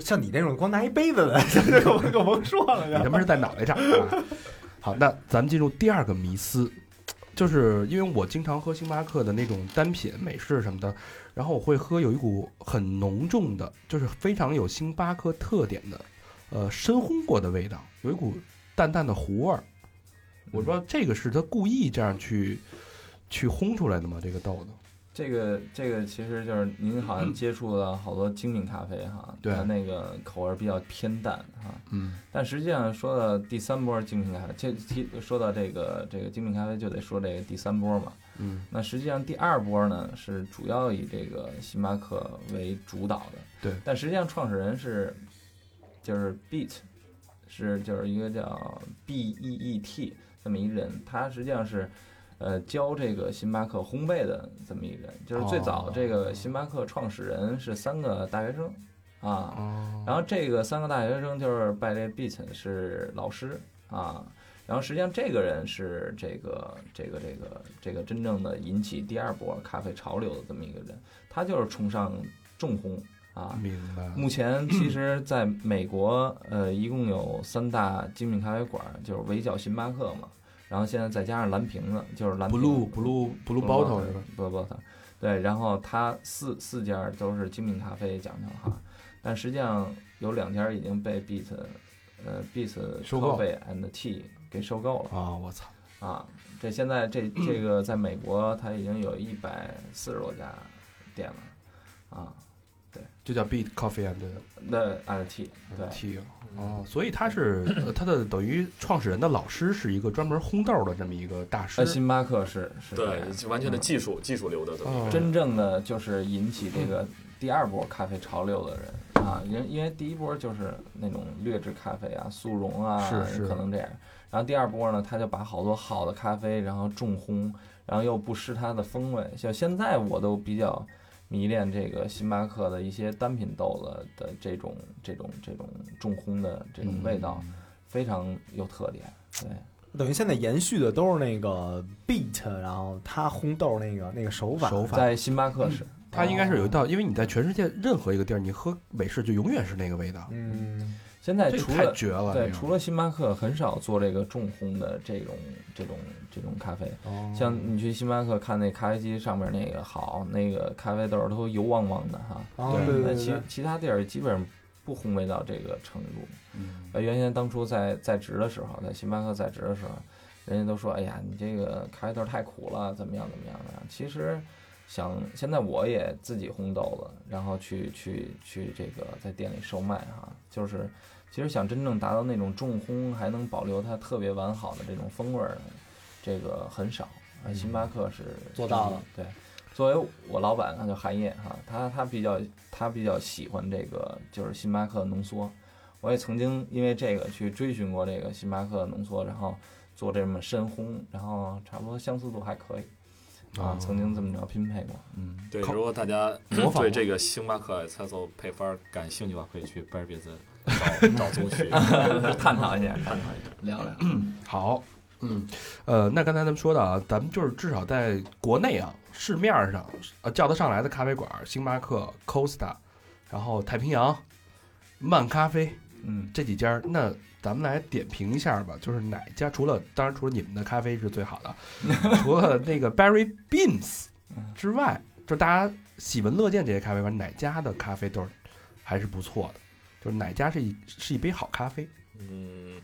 像你这种光拿一杯子的， <laughs> 这就就甭说了。
你他妈是在脑袋上啊！好，那咱们进入第二个迷思，就是因为我经常喝星巴克的那种单品美式什么的，然后我会喝有一股很浓重的，就是非常有星巴克特点的，呃深烘过的味道，有一股淡淡的糊味儿。我不知道这个是他故意这样去去烘出来的吗？这个豆子？
这个这个其实就是您好像接触了好多精品咖啡哈，
对
它那个口味比较偏淡哈，
嗯，
但实际上说到第三波精品咖啡，这提说到这个这个精品咖啡就得说这个第三波嘛，
嗯，
那实际上第二波呢是主要以这个星巴克为主导的，
对
但实际上创始人是就是 Beat，是就是一个叫 B E E T 这么一人，他实际上是呃教这个星巴克烘焙的这么一人，就是最早
哦
这个星巴克创始人是三个大学生啊，
哦
然后这个三个大学生就是拜这 Beat 是老师啊。然后实际上，这个人是这个这个这个这个真正的引起第二波咖啡潮流的这么一个人，他就是崇尚重烘啊，
明白。
目前其实在美国，呃，一共有三大精品咖啡馆，就是围剿星巴克嘛，然后现在再加上蓝瓶子，就是蓝
Blue- Blue- Blue Bottle 是吧
？Blue Bottle，对，然后它四四家都是精品咖啡讲究哈，但实际上有两家已经被 Beat，呃，Beat
收购
Coffee and Tea 给收购了
啊！我操
啊！这现在这这个在美国，它已经有一百四十多家店了啊。
就叫 Beat Coffee and
那呃 and T 对
Tea 嗯哦，所以他是呃他的等于创始人的老师是一个专门烘豆的这么一个大师。
呃，星巴克是是这样
对，就完
嗯
全的技术、技术流的这么
哦嗯
一个
真正的就是引起这个第二波咖啡潮流的
嗯
人啊，因为因为第一波就是那种劣质咖啡啊、速溶啊，
是是
可能这样。然后第二波呢，他就把好多好的咖啡，然后重烘，然后又不失它的风味。像现在我都比较迷恋这个星巴克的一些单品豆子的这种这种这种重烘的这
嗯
种味道，非常有特点。对，
等于现在延续的都是那个 beat，然后它烘豆那个那个手法，
手法
在星巴克是，
它应该是有一道，因为你在全世界任何一个地儿，你喝美式就永远是那个味道。
嗯，
现在
这
除
太
了
绝了这
对，
个
除了星巴克，很少做这个重烘的这种这种这种咖啡。
哦
像你去星巴克看那咖啡机上面那个好，那个咖啡豆儿都油汪汪的哈。
哦对对
那
对
其
对
其他地儿基本上不烘焙到这个程度。
嗯
呃，原先当初在在职的时候，在星巴克在职的时候，人家都说：“哎呀，你这个咖啡豆太苦了，怎么样怎么样的。”其实想，现在我也自己烘豆子，然后去去去这个在店里售卖哈，就是其实想真正达到那种重烘还能保留它特别完好的这种风味儿，这个很少。而星巴克是
嗯做到了
对。作为我老板，他叫韩烨哈，他他比较他比较喜欢这个就是星巴克浓缩，我也曾经因为这个去追寻过这个星巴克浓缩，然后做这么深烘，然后差不多相似度还可以啊
哦，
曾经这么着拼配过，嗯，
对，如果大家
模仿
嗯对这个星巴克擦奏配方儿感兴趣的话，可以去巴尔别兹找找宗旭
探讨一下，
探讨一下，
聊聊。
好，嗯，呃，那刚才咱们说的啊，咱们就是至少在国内啊，市面上呃叫得上来的咖啡馆，星巴克、Costa，然后太平洋、漫咖啡，
嗯，
这几家，那咱们来点评一下吧，就是哪家？除了当然除了你们的咖啡是最好
<laughs>
的，除了那个 Barry Beans 之外，就是大家喜闻乐见这些咖啡馆，哪家的咖啡豆还是不错的？就是哪家是一是一杯好咖啡？
<laughs> 嗯，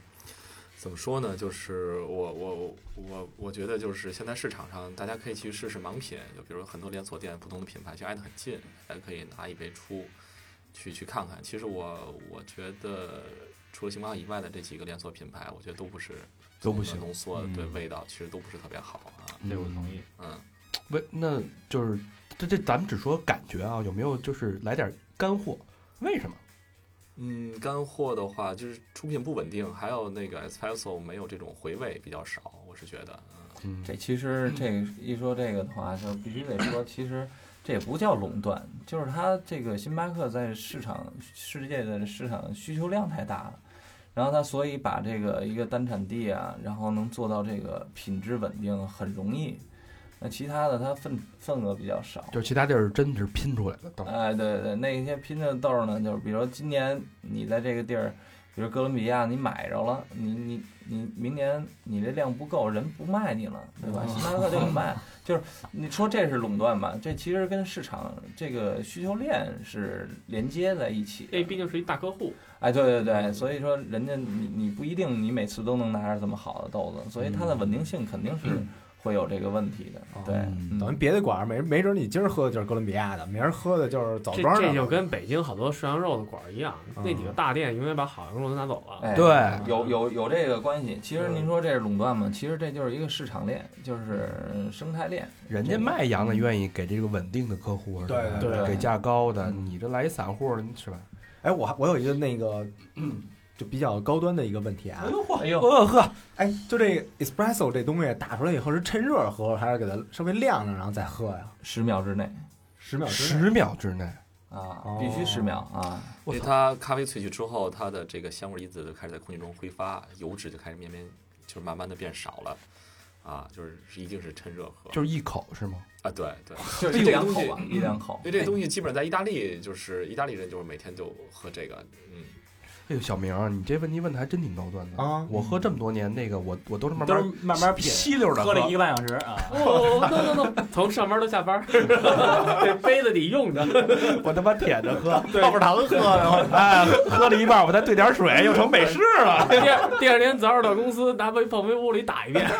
怎么说呢？就是我我我我觉得就是现在市场上大家可以去试试盲品，就比如很多连锁店不同的品牌去挨得很近，大家可以拿一杯出去去看看。其实我我觉得除了星巴克以外的这几个连锁品牌，我觉得都不是
都不行
浓缩
嗯
对味道其实都不是特别好啊。
这我同意。
嗯。
为那就是这这，咱们只说感觉啊，有没有就是来点干货？为什么？
嗯，干货的话就是出品不稳定，还有那个 espresso 没有这种回味比较少，我是觉得。
嗯，
这其实这个一说这个的话，就必须得说，其实这也不叫垄断，就是它这个星巴克在市场世界的市场需求量太大了，然后它所以把这个一个单产地啊，然后能做到这个品质稳定很容易，那其他的它份份额比较少。
就是其他地儿真是拼出来的豆。
哎，对对，那些拼的豆儿呢，就是比如说今年你在这个地儿比如哥伦比亚你买着了，你你你明年你这量不够，人不卖你了，对吧？
哦
星巴克就给卖，就是你说这是垄断吧？这其实跟市场这个需求链是连接在一起的。
这毕竟是一大客户，
哎，对对对，所以说人家你你不一定你每次都能拿着这么好的豆子，所以它的稳定性肯定是
嗯
会有这个问题的。对，
哦
嗯
等于别的馆儿没没准你今儿喝的就是哥伦比亚的，明儿喝的就是枣
这
庄的。
这就跟北京好多涮羊肉的馆儿一样，
嗯
那几个大店永远把好羊肉都拿走了。
哎，有有有这个关系。其
嗯
实您说这是垄断吗？其实这就是一个市场链，就是生态链。
人家卖羊的愿意给这个稳定的客户，是吧
嗯对对对嗯
给价高的，你这来一散户是吧？
哎，我还我有一个那个，就比较高端的一个问题啊。哎呦
嚯，哎呦
呵，哎，就这个 espresso 这东西打出来以后是趁热喝，还是给它稍微晾着然后再喝呀？
十秒之内，
十秒之内
十秒之内哦
啊必须十秒
<laughs>
啊！
因为它咖啡萃取之后，它的这个香味因子就开始在空气中挥发，油脂就开始慢慢就是慢慢的变少了，啊，就是是一定是趁热喝，
就是一口是吗？
啊，对对，
就
这
一
个
两
东西
口吧，一两口
因
嗯
为这个东西基本上在意大利，就是意大利人就是每天就喝这个，嗯，
哎呦，小明儿，你这问题问的还真挺高端的
啊！
我喝这么多年，那个我我都是慢
都
慢
是慢慢品，
吸溜的
喝了一个半小时啊。
哦，no no
<laughs>
no，从上班到下班，这杯子里用着，
我他妈舔着喝，
泡泡糖喝的， <laughs> 我
哎，喝了一半，我再兑点水，又成美式了。
第二第二天早上到公司拿杯泡杯屋里打一遍，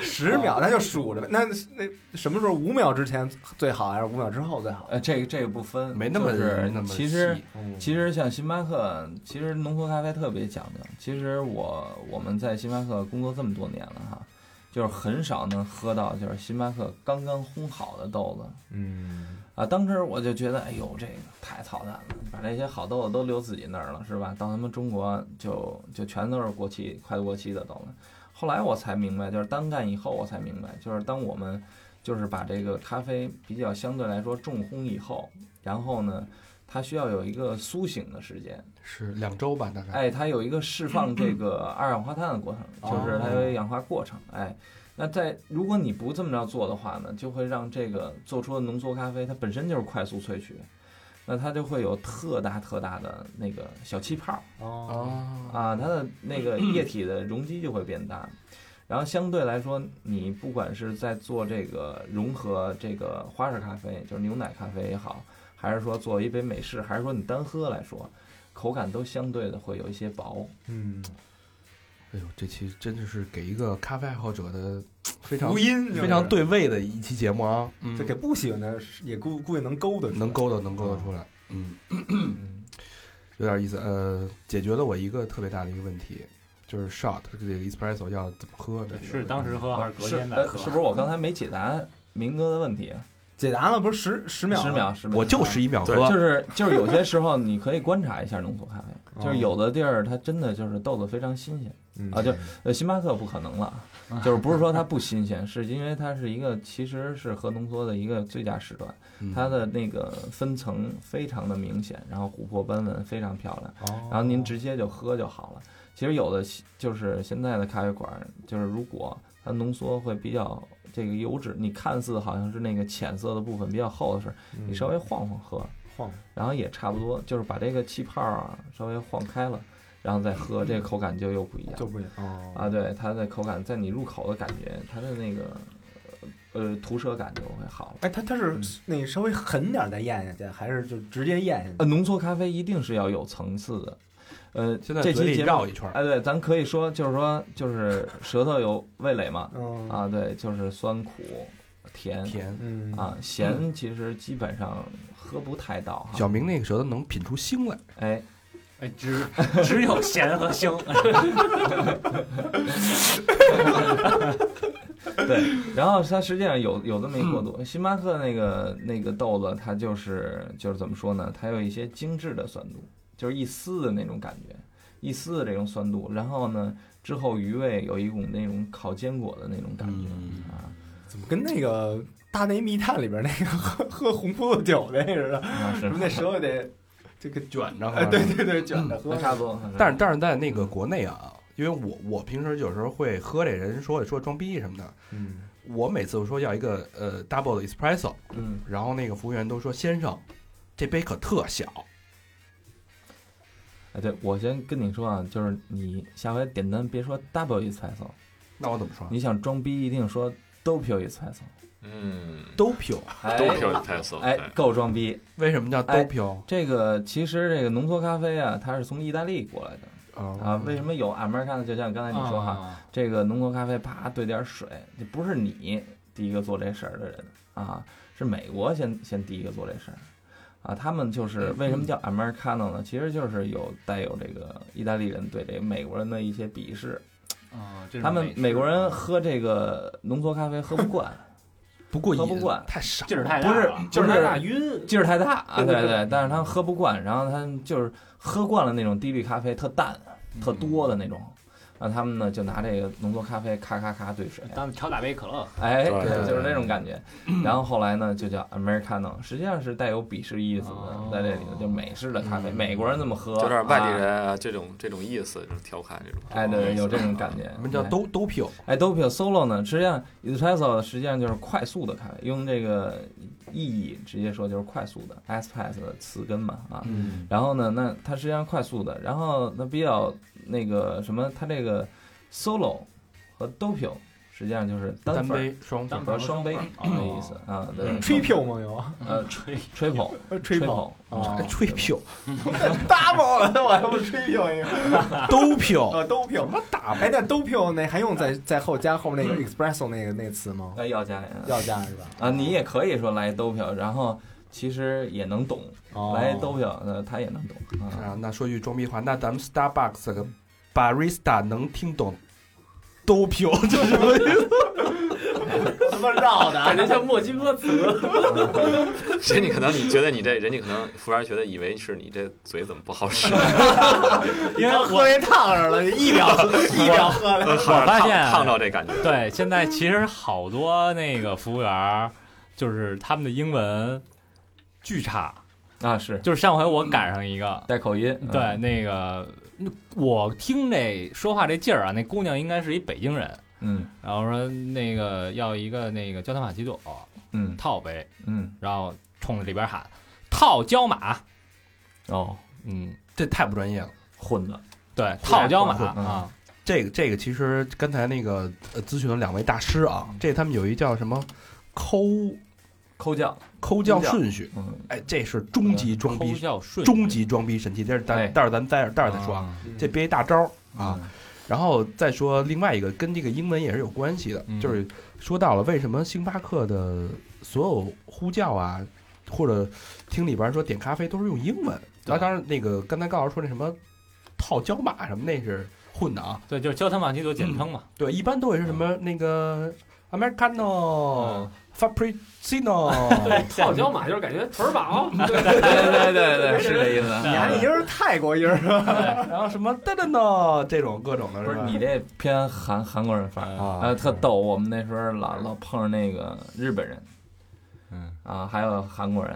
十秒那就数着呗。那那什么时候五秒之前最好，还是五秒之后最好？
呃，这个这个不分，
没那么
就是
那么
其实
细
其实像星巴克，其实浓缩咖啡特别讲究。其实我我们在星巴克工作这么多年了哈，就是很少能喝到就是星巴克刚刚烘好的豆子，
嗯，
啊，当时我就觉得，哎呦，这个太操蛋了，把这些好豆子都留自己那儿了，是吧？到他们中国就就全都是过期、快过期的豆子。后来我才明白，就是单干以后我才明白，就是当我们就是把这个咖啡比较相对来说重烘以后，然后呢，它需要有一个苏醒的时间，
是两周吧，大概。
哎，它有一个释放这个二氧化碳的过程，就是它有一氧化过程。哎，那在如果你不这么着做的话呢，就会让这个做出的浓缩咖啡它本身就是快速萃取，那它就会有特大特大的那个小气泡
哦，
哦，
啊，它的那
<clears throat>
个液体的容积就会变大。然后相对来说，你不管是在做这个融合这个花式咖啡，就是牛奶咖啡也好，还是说做一杯美式，还是说你单喝来说，口感都相对的会有一些薄。
嗯，
哎呦，这期真的是给一个咖啡爱好者的非常
福音就是
非常对味的一期节目啊，嗯
这给不喜欢的也估估计能勾的，
能勾搭能勾搭出来，嗯， <coughs> 有点意思。呃，解决了我一个特别大的一个问题，就是 shot 这个 espresso 要怎么喝呢？
是当时喝还是隔
是
天再
呃
喝？
是不是我刚才没解答明哥的问题啊？
解答了不是十十秒吗
十秒，十秒，
我就十一秒喝，
就是就是有些时候你可以观察一下浓缩咖啡，就是
哦
有的地儿它真的就是豆子非常新鲜
嗯
啊，就呃星巴克不可能了，就是不是说它不新鲜，是因为它是一个其实是核浓缩的一个最佳时段，
嗯
它的那个分层非常的明显，然后琥珀斑纹非常漂亮。
哦
然后您直接就喝就好了。其实有的西就是现在的咖啡馆儿，就是如果它浓缩会比较这个油脂，你看似好像是那个浅色的部分比较厚的时候，你稍微晃晃喝，
嗯晃，
然后也差不多，就是把这个气泡啊稍微晃开了，然后再喝，这个口感就又不一样
就不行哦
啊。对，它的口感在你入口的感觉，它的那个呃吐舌感就会好了。
哎，它它是那个稍微狠点儿再咽下去，还是就直接咽下去？
呃，浓缩咖啡一定是要有层次的。呃，
现在
这
嘴
期
里
节目
绕一圈儿，
哎，对，咱可以说，就是说，就是舌头有味蕾嘛，
嗯
啊，对，就是酸苦甜
甜。
嗯
啊，咸其实基本上喝不太到
小
哈。
明那个舌头能品出腥来，
哎，
哎，只只 <laughs> 有咸和 <laughs> 腥。
对，然后它实际上有有这么一个过渡，
嗯
星巴克那个那个豆子，它就是就是怎么说呢？它有一些精致的酸度，就是一丝的那种感觉，一丝的这种酸度，然后呢，之后余味有一股那种烤坚果的那种感觉、
嗯
啊。
怎么跟那个《大内密探》里边那个喝喝红葡萄酒那似的？
那
什
是
么那舌头得 <laughs> 这个卷
着喝
哎，对对对，卷着喝。
差不多，
啊但是但是在那个国内啊，因为我我平时有时候会喝这人说说装逼什么的，
嗯，
我每次我说要一个呃 double 的 espresso，
嗯，
然后那个服务员都说先生，这杯可特小，
哎，对我先跟你说啊，就是你下回点单别说 double espresso，
那我怎么说？
你想装逼一定说 doppio espresso，
嗯，
doppio 哎
Doppio espresso，
哎
哎，
够装逼。
为什么叫
哎
doppio？
这个其实这个浓缩咖啡啊，它是从意大利过来的。
哦
啊，为什么有 Americano？就像刚才你说
哦
哈
啊，
这个浓缩咖啡啪兑点水，这不是你第一个做这事儿的人啊，是美国先先第一个做这事儿啊。他们就是为什么叫 Americano 呢？其实就是有带有这个意大利人对这美国人的一些鄙视。
啊，这是
他们
美式
美国人喝这个浓缩咖啡喝不惯，
不过
喝不惯，
太少，
劲儿太大
不是
了，
就是
劲儿太大晕
劲儿太大啊！
对对
对
对
对，但是他们喝不惯，然后他们就是喝惯了那种低滤咖啡，特淡、特多的那种，然后他们呢就拿这个浓缩咖啡咔咔咔兑水，
嗯
当超大杯可乐，
哎，
对对对
就是那种感觉。然后后来呢，就叫 Americano，实际上是带有鄙视意思的，在这里头就美式的咖啡，美国人这么喝，
有点外地
啊。
人啊这种这种意思，这种调侃这种。
哎，对，对有这种感觉。
什么叫
哎
do doppio？
哎，Doppio Solo 呢，实际上 Espresso 实际上就是快速的咖啡，用这个意义直接说就是快速的 Espresso 的词根嘛啊。
嗯
然后呢，那它实际上快速的，然后那比较那个什么，它这个 Solo 和 Doppio 实际上就是单
单
份
杯双
儿
单
和双杯的意思啊。对，
吹票吗？有
呃
吹
，triple
嗯吹票
triple
啊
吹
<laughs>
p
，double 了，我还不吹票一个？
都 p
啊，都票什么打？哎，那都票那还用在在后加后面那个 espresso 那个那个词吗？
那哎要加呀
要加是吧？
啊，你也可以说来 Doppio，然后其实也能懂，
哦
来 Doppio 呃他也能懂啊。
啊，那说句装逼话，那咱们 Starbucks 和 barista 能听懂 doppio 这是什么意思？
什么绕的？啊
感觉像墨西哥词。
<laughs> 人家可能你觉得你这人家可能服务员觉得以为是你这嘴怎么不好使，
<laughs>
<laughs>
因为喝一烫着了，一秒一秒喝了。
好像
发现啊
烫烫着这感觉。
对，现在其实好多那个服务员儿，就是他们的英文巨差。
啊，是
就是上回我赶上一个，
带口
嗯
音，啊
对，那个我听这说话这劲儿啊，那姑娘应该是一北京人，
嗯
然后说那个要一个那个焦糖玛奇朵
嗯
套杯，
嗯，
然后冲着这边喊套焦马，
哦，
嗯，
这太不专业了。
混的，
对，套焦马
混
混
啊，
这个这个其实刚才那个呃咨询了两位大师啊，这他们有一叫什么抠
抠脚，
抠叫顺序，
嗯，
哎，这是终极装
抠
逼，
叫顺
终极装逼神器。这是
哎
待待会儿咱们待会儿待会儿再说啊，
啊，
这憋一大招啊。然后再说另外一个跟这个英文也是有关系的，
嗯
就是说到了为什么星巴克的所有呼叫啊，或者听里边说点咖啡都是用英文。然后当然那个刚才高老师说那什么套椒马什么那是混的啊，
对，就是焦糖玛奇
嗯
朵简称嘛，
对，一般都会是什么那个 Americano、
嗯
<laughs> Frappuccino，
套椒马就是感觉腿儿饱，
<laughs> 对对对对，是这意思。啊
你还一人泰国音儿是吧？
然啊后什么哒哒呢这种各种的
不是
吧
你这偏韩韩国人范儿呃
啊
特逗。我们那时候老老碰上那个日本人，
嗯
啊，还有韩国人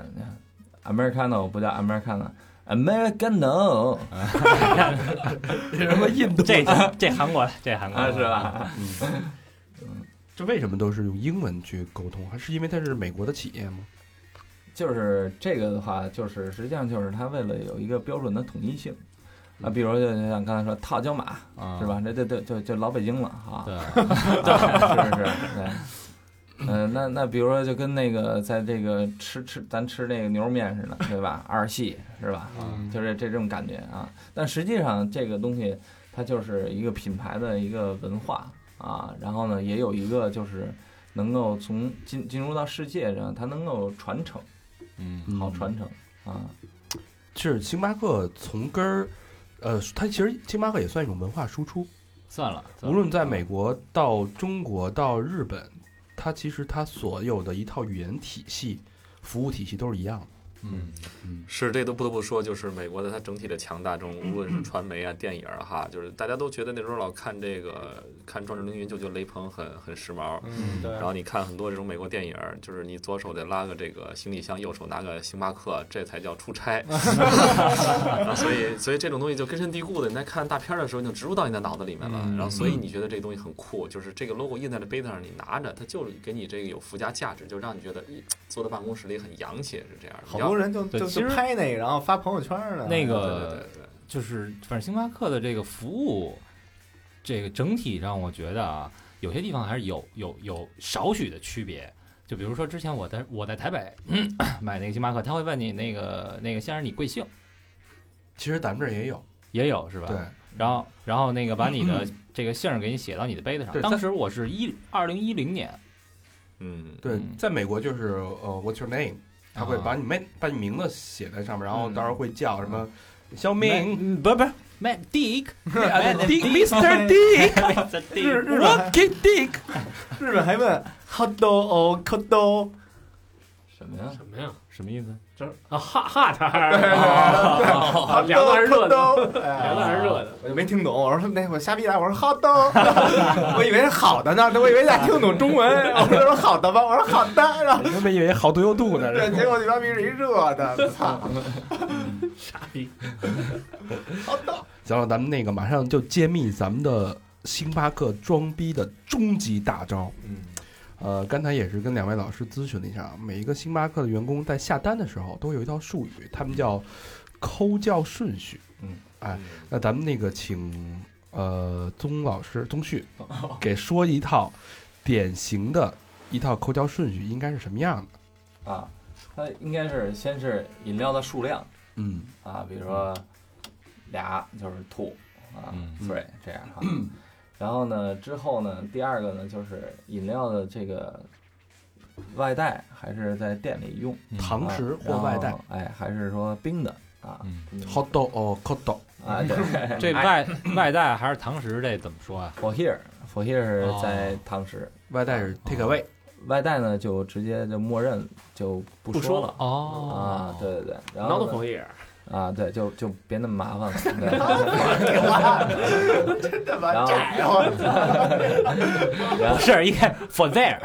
，Americano 不叫 Americano，Americano
啊什么印度
这这韩国的，这韩国
啊
的
是？吧？
这为什么都是用英文去沟通？还是因为它是美国的企业吗？
就是这个的话，就是实际上就是他为了有一个标准的统一性。啊，比如就就像刚才说套椒马
啊
是？吧？这这这就就老北京了啊，
对，
<laughs> 对，是是，对。嗯、那那比如说，就跟那个在这个吃吃咱吃那个牛肉面似的，对吧？二细是吧？
嗯
就是这这种感觉啊。但实际上，这个东西它就是一个品牌的一个文化啊。然后呢，也有一个就是能够从进进入到世界上，它能够传承，
嗯，
好传承啊。
是星巴克从根儿，呃，它其实星巴克也算一种文化输出，
算了，算
无
了
论在美国到中国到日本，它其实它所有的一套语言体系、服务体系都是一样的。
嗯
是，这都不得不说，就是美国的它整体的强大中，无论是传媒啊、电影儿哈，就是大家都觉得那时候老看这个看《壮志凌云》，就觉得雷朋很很时髦。
嗯，对
然后你看很多这种美国电影儿，就是你左手得拉个这个行李箱，右手拿个星巴克，这才叫
<laughs>
出差。啊，所以所以这种东西就根深蒂固的，你在看大片儿的时候你就植入到你的脑子里面了。
嗯
然后所以你觉得这东西很酷，就是这个 logo 印在这杯子上，你拿着它就是给你这个有附加价值，就让你觉得，咦，坐在办公室里很洋气，是这样的。
好
你要
多人就
对
就
其
就
实
拍那个，然后发朋友圈呢。
那
对对
个
对对。
就是反正星巴克的这个服务，这个整体上我觉得啊，有些地方还是有有有少许的区别。就比如说之前我在我在台北、 <clears throat> 嗯买那个星巴克，他会问你那个那个先生你贵姓，
其实咱们这儿也有，
也有是吧？
对。
然后然后那个把你的这个姓儿给你写到你的杯子上。
对
当
但
时我是一二零一零年，
嗯，
对，啊在美国就是呃，What's your name？他会把你妹把你名字写在上面，然后到时候会叫什么小明，
不不，Matt
<laughs>
Dick，Matt
Dick，Mr. <laughs> Dick，
在 <laughs> 地
日日本
What Dick Dick？
日本还问 hot dog 哦 hot
<laughs>
dog，
什么呀？
什么呀？
什么意思？
这是啊，哈哈摊儿，
hot
哦
<laughs>
dog，
凉的还是热
<laughs>
<laughs>
hot
的？
dog，哎
凉的还是热的？
我就没听懂，我说他们那会儿瞎逼来，我说好的， <laughs> 我以为是好的呢，我以为大家听懂中文，我说好的吧，我说好的，
<laughs>
然后
你他妈以为好多有度 <laughs> 呢？
对，结果你妈逼是一热的，操，
傻逼！
行了，咱们那个马上就揭秘咱们的星巴克装逼的终极大招。
嗯，
呃，刚才也是跟两位老师咨询了一下，啊每一个星巴克的员工在下单的时候都有一套术语，他们叫抠叫顺序。
嗯，
哎，那咱们那个请呃宗老师宗旭给说一套典型的一套抠叫顺序应该是什么样的？
啊，它应该是先是饮料的数量
嗯，
啊，比如说俩就是 two 啊
嗯
，three 这样哈。然后呢，之后呢，第二个呢就是饮料的这个外带还是在店里用，
堂食
啊
或外带
然后哎，还是说冰的啊
嗯
，hot dog 哦，hot dog，
啊，对，
这外外带还是堂食，这怎么说啊？
for here for here
哦
是在堂食，
外带是 take away，
外带呢就直接就默认就不
不
说
说
了。
哦
啊，，对对对，然
挠
后
头
呢
红叶儿，
啊，对，就就别那么麻烦了。
真他
然
妈
后
窄啊！
不是应该 for there，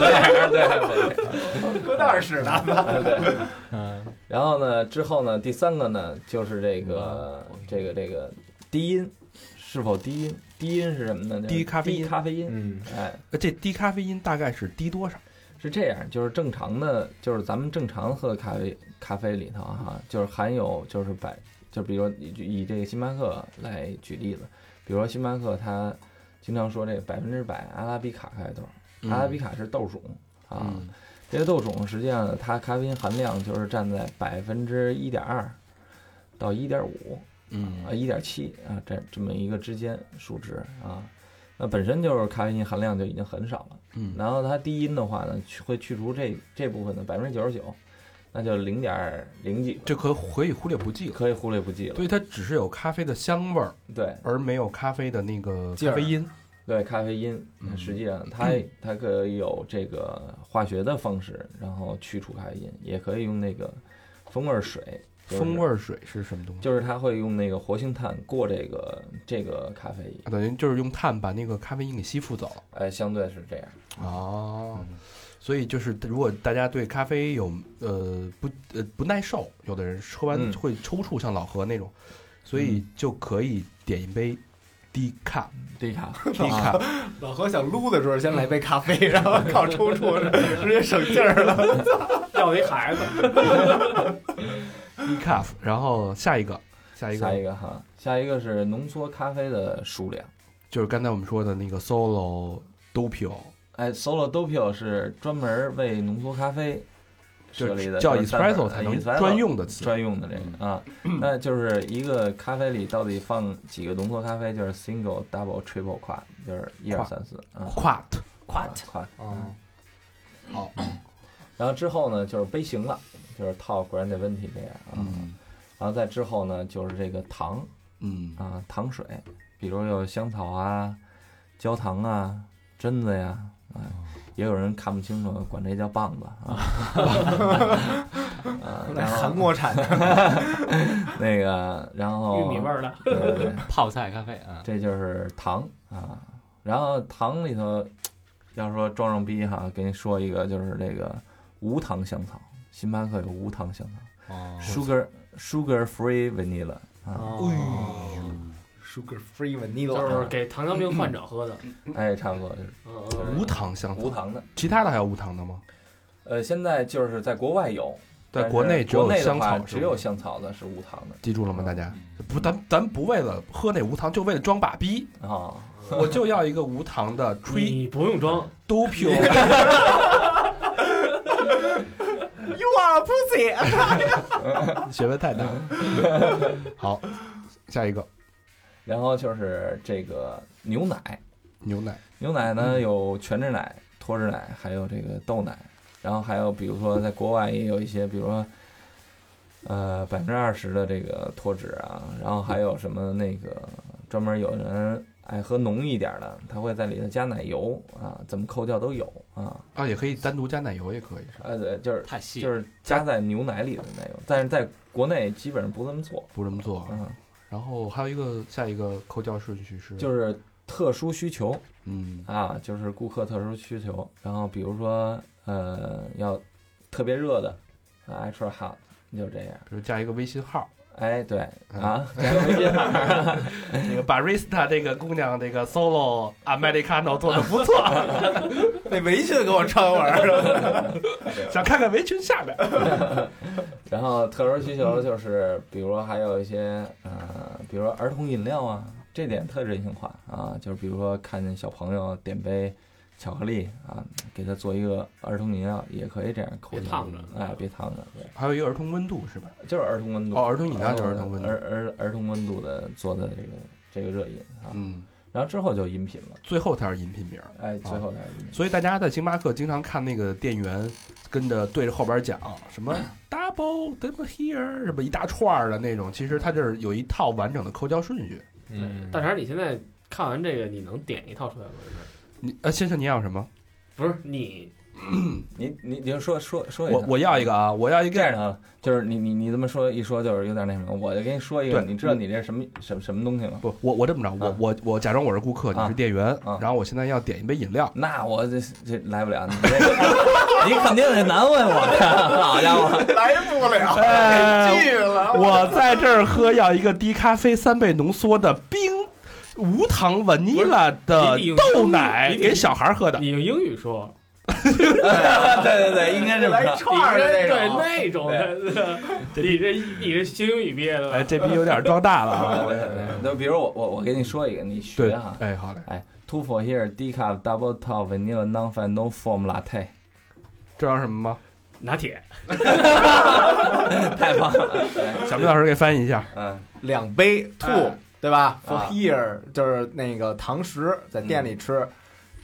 对对对。
搁那儿使的，
嗯，
然后呢，之后呢，第三个呢，就是这个
嗯
这个这个低音是否低音？低音是什么呢？就是
低咖啡因
低咖啡因。
嗯，
哎，
呃这低咖啡因大概是低多少？
是这样，就是正常的，就是咱们正常喝咖啡，咖啡里头哈，就是含有就是百，就比如以以这个星巴克来举例子，比如说星巴克它经常说这个百分之百阿拉比卡开头，阿拉比卡是豆种啊，
嗯
这个豆种实际上它咖啡因含量就是占在百分之一点二到一点五，
嗯
啊，一点七啊，这这么一个之间数值啊，那本身就是咖啡因含量就已经很少了。
嗯
然后它低音的话呢，去会去除这这部分的百分之九十九，那就零点零几，
这可可以忽略不计了。
可以忽略不计了
所。以它只是有咖啡的香味儿，
对
而没有咖啡的那个
劲
咖
儿
啡因。
对，咖啡因
嗯
实际上它它可以有这个化学的方式，然后去除咖啡因，也可以用那个风味水，就是
风味儿水是什么东西？
就是它会用那个活性炭过这个这个咖啡因，
啊等于就是用碳把那个咖啡因给吸附走。
哎，相对是这样。
哦，所以就是如果大家对咖啡有呃不呃不耐受，有的人喝完
嗯
会抽搐，像老何那种，所以就可以点一杯低卡
对呀，
低卡。
<laughs> 老何想撸的时候，先来杯咖啡，然后靠抽搐直接省劲儿了。
要一孩子，
低卡，然后下一个，下一
下一
个
个哈，下一个是浓缩咖啡的数量。
就是刚才我们说的那个 solo dopio，
哎，Solo Doppio 是专门为浓缩咖啡设立
就
的，
叫
就是单本
espresso 才能
espresso
专用的嗯词。
专用的这个啊。那就是一个咖啡里到底放几个浓缩咖啡，就是 single、double、triple、quad，就是一二三四
嗯
啊
quart，
，quad quad。
哦，
好，
然后之后呢，就是杯型了，就是套 grande v e n t 这样啊。然后再之后呢，就是这个糖
嗯
啊，糖水，比如有香草啊、焦糖啊、榛子呀，啊，也有人看不清楚，管这叫棒子啊。 <laughs>
<laughs>
啊，
那
然后
韩国产的，哎
那个，然后
玉米味儿的，
对对对，
泡菜咖啡啊，
这就是糖啊。然后糖里头，要说装装逼哈，给你说一个，就是这个无糖香草，星巴克有无糖香草
哦，
，sugar sugar free vanilla 啊，
哦，Sugar Free
就
Vanilla，
是给糖尿病患者喝的，
哎，差不多就是
嗯
嗯
无糖香
无
草，
糖的。
其他的还有无糖的吗？
呃，现在就是在国外有，
在
但是
国内只有
国内的
香
话
草是
只有香草嗯的是无糖的。
记住了吗？大家不，咱咱不为了喝那无糖，就为了装把逼
啊！
我就要一个无糖的吹，你
不用装 <laughs>
，Doppio
You are pussy
学问太大。 <laughs> 好，下一个
然后就是这个牛奶，
牛奶，
牛奶
嗯
呢有全脂奶、脱脂奶，还有这个豆奶，然后还有比如说在国外也有一些，比如说呃百分之二十的这个脱脂啊，然后还有什么那个专门有人爱喝浓一点的，他会在里头加奶油啊，怎么扣掉都有啊。
啊，也可以单独加奶油，也可以。
呃，对，就是
太细
就是加在牛奶里的奶油，但是在国内基本上不这么做，
不这么做。
嗯，
然后还有一个下一个扣掉顺序是，
就是特殊需求，
嗯
啊，就是顾客特殊需求。然后比如说，呃，要特别热的啊，extra hot，就这样。
比如加一个微信号，
哎，对啊，加个微信号，
<laughs> 那个 barista 这个姑娘这个 solo americano 做的不错，
<laughs>
那围裙给我穿会儿，
想看看围裙下边。
<laughs> 然后特殊需求就是，比如说还有一些呃，比如说儿童饮料啊，这点特人性化啊，就是比如说看见小朋友点杯巧克力啊，给他做一个儿童饮料，也可以这样口
别烫着
哎，别烫着，对，
还有一个儿童温度是吧？
就是儿童温度
哦，儿童饮料就是儿童温度
儿。儿儿童温度的做的这个这个热饮啊，
嗯，
然后之后就饮品了，
最后才是饮品名儿。
哎，最后才是饮品。
所以大家在星巴克经常看那个店员跟着对着后边讲
<laughs>
什么 double double here 什么一大串儿的那种，其实它这是有一套完整的扣胶顺序。
嗯，大肠，你现在看完这个，你能点一套出来吗？
你呃，先生你要什么？
不是你，
你你你就说说说一下
我我要一个啊，我要一
这样的啊，就是你你你这么说一说就是有点那什么，我就跟你说一个，
对嗯
你知道你这什么什么什么东西吗？
不，我我这么着，
嗯
我我我假装我是顾客，
啊
你是店员，然后我现在要点一杯饮料，
那我这这来不了，你这 <laughs> 你肯定得难为我，好家伙！
来不了，
哎
拒了。
我在这儿喝要一个低咖啡三倍浓缩的冰无糖 vanilla 的
你得用
豆奶
你得
给小孩喝的。
你用英语说，
对对对，应该是
来串嗯儿的那种
对那种的，你这你这新英语毕业的吧，
哎，这逼有点装大了啊！
对对对，那比如我我我给你说一个，你
对
学哈，，
哎，好嘞，
哎，two for here decaf double top vanilla non fat no foam latte，
知道什么吗？
拿铁，
太棒了，对
小明老师给翻译一下。
嗯，
两杯兔，对吧？For
啊
here 就是那个堂食，在店里吃，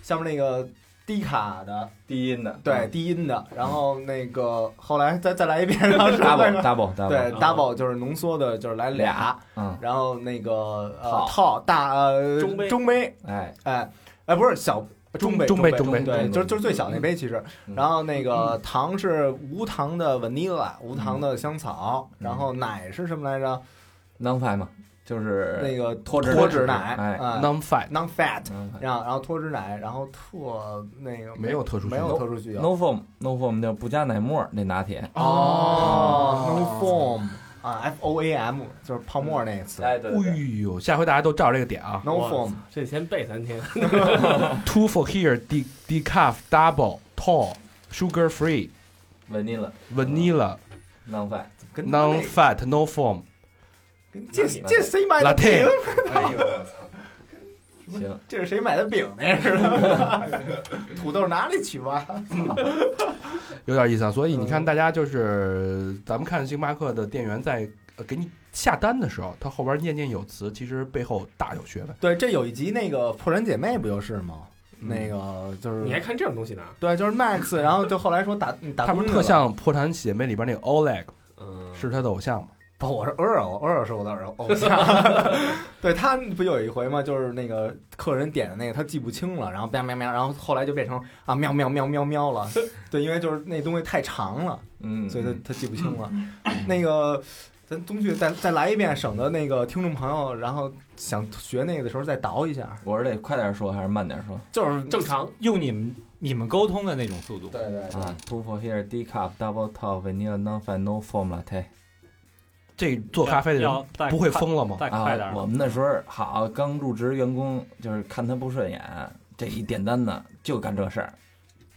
下面那个低卡的，
低音的，
对低音的，然后那个后来再再来一遍，然后是
，double double
<laughs>
double，
对 double 就是浓缩的，就是来俩，
嗯，
然后那个呃
套
套大呃
中杯
中杯，
哎，
哎哎不是小。中杯，
中
杯，
杯
中
中杯
对，
中杯
就是就是最小那杯，其实。
嗯
然后那个糖是无糖的 vanilla，无糖的香草，然后奶是什么来着？
non fat 嘛，就是
那个
脱脂
脱脂奶，
哎
啊
non fat
non fat，
，non fat
然后然后脱脂奶，然后特那个
没有特殊需
没
求
有特殊需求
no foam no foam 就不加奶沫那拿铁，
哦，no foam 啊，f o a m 就是泡沫那个词
哎对对
哎
对
呦，下回大家都照这个点啊。
，no foam
这先背三天，
Two for here, de decaf double tall sugar free
，vanilla
vanilla
non fat，
跟
non fat no foam
跟这这谁买的饼
latte？
哎呦，我操行，
这是谁买的饼那是吧？土豆哪里取吧？
有点意思啊。所以你看，大家就是咱们看星巴克的店员在呃给你下单的时候，他后边念念有词，其实背后大有学问。
对，这有一集那个破产姐妹不就是吗？那个就是
你还看这种东西呢？
对，就是 Max，然后就后来说打打
他不
工
是
去
特
了
像《破产姐妹》里边那个 Oleg
嗯，
是他的偶像吗？
不，我是偶尔偶尔是我的偶偶像。 <laughs> 对他不有一回吗？就是那个客人点的那个，他记不清了，然后喵喵喵，然后后来就变成啊喵喵喵喵喵了。对，因为就是那东西太长了，
嗯，
所以他他记不清了。 <coughs> 那个咱东旭再再来一遍，省得那个听众朋友，然后想学那个的时候再倒一下。
我是得快点说还是慢点说？
就是
正常，
用你们你们沟通的那种速度。
对哎对
啊，two for here decaf double top vanilla non fat no foam latte。
这做咖啡的
要
人不会疯了吗？
再
啊
快点儿，
我们那时候好，刚入职员工就是看他不顺眼，这一点单呢就干这事儿，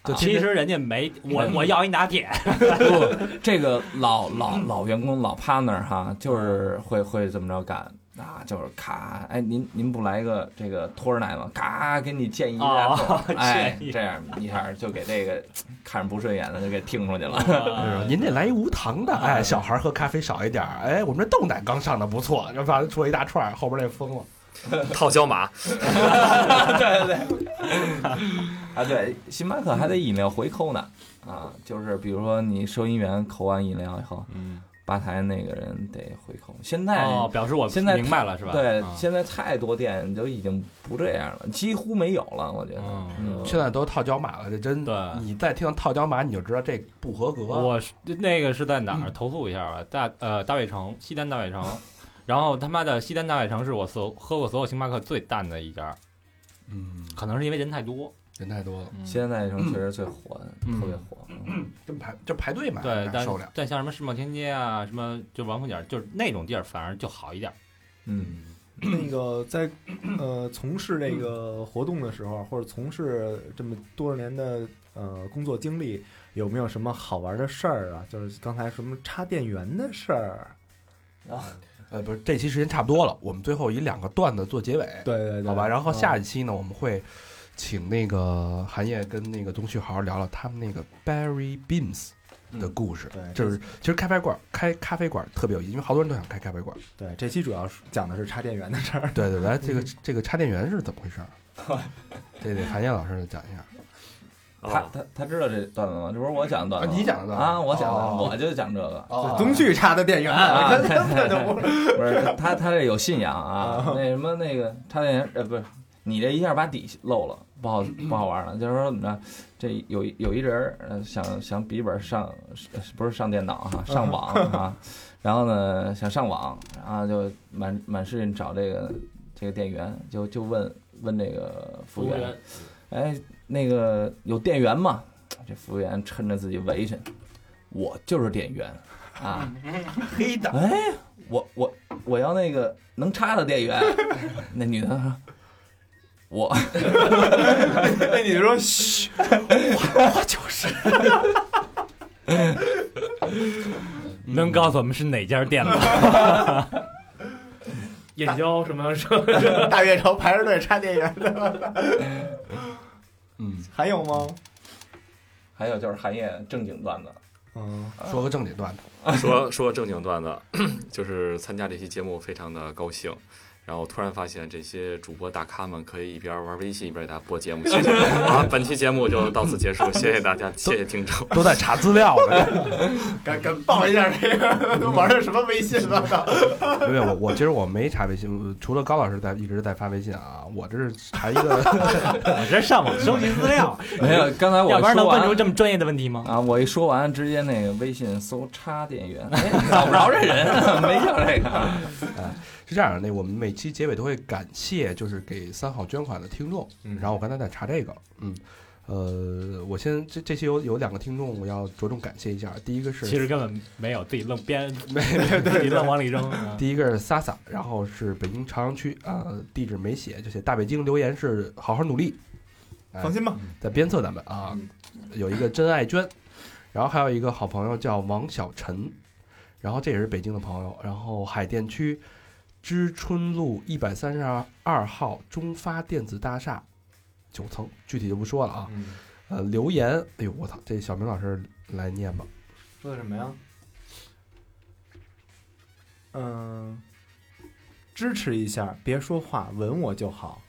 就天
其
天
实人家没我，我要一拿铁。
不，这个老老老员工老趴那儿哈，就是会会这么着干啊，就是咔，哎，您您不来个这个托儿奶吗？咔，给你建议一下，
<laughs>
哦
哎
<laughs> 建，议
这样一下就给这个看着不顺眼的就给听出去了。
是哎吧您这来一无糖的，哎，小孩喝咖啡少一点儿，哎，我们这豆奶刚上的不错，然后把它出了一大串儿，后边那疯了，
套胶马，
对对对，啊对，星巴克还得饮料回扣呢，啊，就是比如说你收银员扣完饮料以后，
嗯，
吧台那个人得回扣。现在
哦表示我
现在
明白了是吧
对
啊，
现在太多店就已经不这样了，几乎没有了，我觉得。嗯
现在都套胶码了，这真，你再听到套胶码你就知道这不合格。
我是那个是在哪
嗯
儿投诉一下吧？大呃大悦城，西单大悦城。然后他妈的西单大悦城是我所喝过所有星巴克最淡的一家，
嗯，
可能是因为人太多，
人太多了。
西单大悦城确实最火的，
嗯
特别火。
就排就排队买，
对，
哪
但
哎受不了。
但像什么世贸天阶啊，什么就王府井，就是那种地儿反而就好一点。
嗯，
那个在呃从事这个活动的时候，或者从事这么多少年的呃工作经历，有没有什么好玩的事儿啊？就是刚才什么插电源的事儿
啊？
呃，不是，这期时间差不多了，我们最后以两个段子做结尾，
对对对，
好吧？然
嗯
后下
一
一期呢，我们会请那个韩烨跟那个东旭好好聊聊他们那个 Barry Beams
嗯
的故事。
对
就是其实开饭馆开咖啡馆特别有意思，因为好多人都想开咖啡馆。
对这期主要是讲的是插电源的事儿。
对对对，来这
嗯
个这个插电源是怎么回事儿？
<laughs>
这得韩烨老师讲一下。
哦
他他他知道这段子吗？这不是我讲的段子吗，
哦啊你讲的段子
啊，我讲的，
哦
我就讲这个。
哦
东旭插的电源，
啊
我真的就不
<laughs>
不是他他他这有信仰啊，那什么那个插电源呃不是，你这一下把底漏了，不好不好玩了。就是说怎么着，这有一有一人儿呃想想笔记本上呃不是上电脑哈、上网
<laughs>
啊，然后呢想上网，然后就满满世界找这个这个店员，就就问问这个服务
服务
员
员，
哎那个有店员吗？这服务员抻着自己围裙，我就是店员
<laughs>
啊。
黑的，
哎，我我我要那个能插的电 <laughs> 源。那女的说，我
那你说嘘，
我就是。
能告诉我们是哪家店吗？
<laughs>
燕郊什么什
大悦城排着队插电源的，
嗯，
还有吗？
还有就是行业正经段子，
嗯，
哦说个正经段子，
<laughs> 说说正经段子， <coughs> 就是参加这期节目非常的高兴，然后突然发现这些主播大咖们可以一边玩微信一边给大家播节目，谢谢啊！本期节目就到此结束，谢谢大家，谢谢听众。
都在查资料呢。 <laughs>
敢敢报一下这个都玩的什么微信了？
没有，我我其实我没查微信，呃除了高老师在一直在发微信啊，我这是查一个，
我这上网收集资 <laughs> 料，
没有，哎刚才我
要不然
说
能问
完
出这么专业的问题吗？
啊，我一说完直接那个微信搜插电源，哎，找不着这人， <laughs> 没叫这个。
是这样的，那我们每期结尾都会感谢就是给三好捐款的听众，
嗯
然后我刚才在查这个，嗯。呃，我先这这期有有两个听众，我要着重感谢一下。第一个是
其实根本没有，自己愣编，自己愣往里扔。啊
第一个是萨萨，然后是北京朝阳区，呃，地址没写，就写大北京。留言是好好努力，哎
放心吧，
在鞭策咱们啊。有一个真爱娟，然后还有一个好朋友叫王小晨，然后这也是北京的朋友，然后海淀区知春路一百三十二号中发电子大厦九层，具体就不说了啊。呃，留言，哎呦我操，这小明老师来念吧。
说的什么呀？嗯，支持一下，别说话，吻我就好。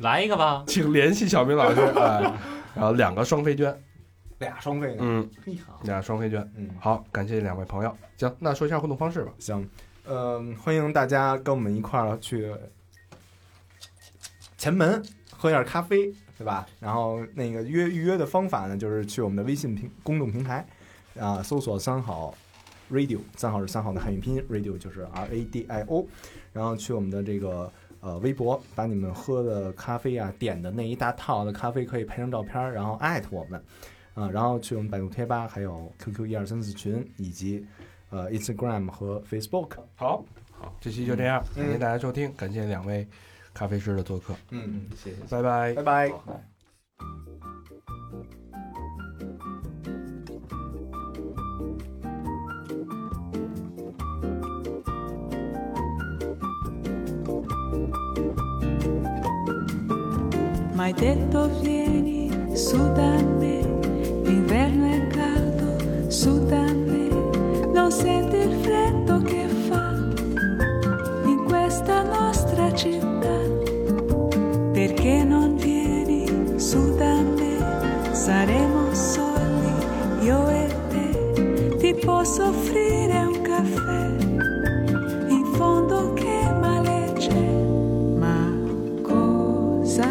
来一个吧，
请联系小明老师啊、哎然后两个双飞娟，
俩双飞呢，
嗯，
嘿好，
俩双飞娟。
嗯，
好，感谢两位朋友。行，那说一下互动方式吧。
行，嗯，欢迎大家跟我们一块儿去前门喝一下咖啡，对吧？然后那个约预约的方法呢，就是去我们的微信平公众平台啊，搜索“三好 radio”，三好是三好的汉语拼音，radio 就是 R A D I O，然后去我们的这个。呃，微博把你们喝的咖啡啊，点的那一大套的咖啡可以拍成照片儿，然后艾特我们，啊、然后去我们百度贴吧，还有 QQ 一二三四群，以及呃 Instagram 和 Facebook。
好，好，这期就这样，感谢大家收听，感谢两位咖啡师的做客，
嗯，
谢谢。
拜拜
拜。拜。
Mai detto vieni su da me, l'inverno è caldo su da me, non senti il freddo che fa in questa nostra città. Perché non vieni su da me, saremo soli io e te, ti posso offrire un caffè, in fondo che male c'è, ma cosa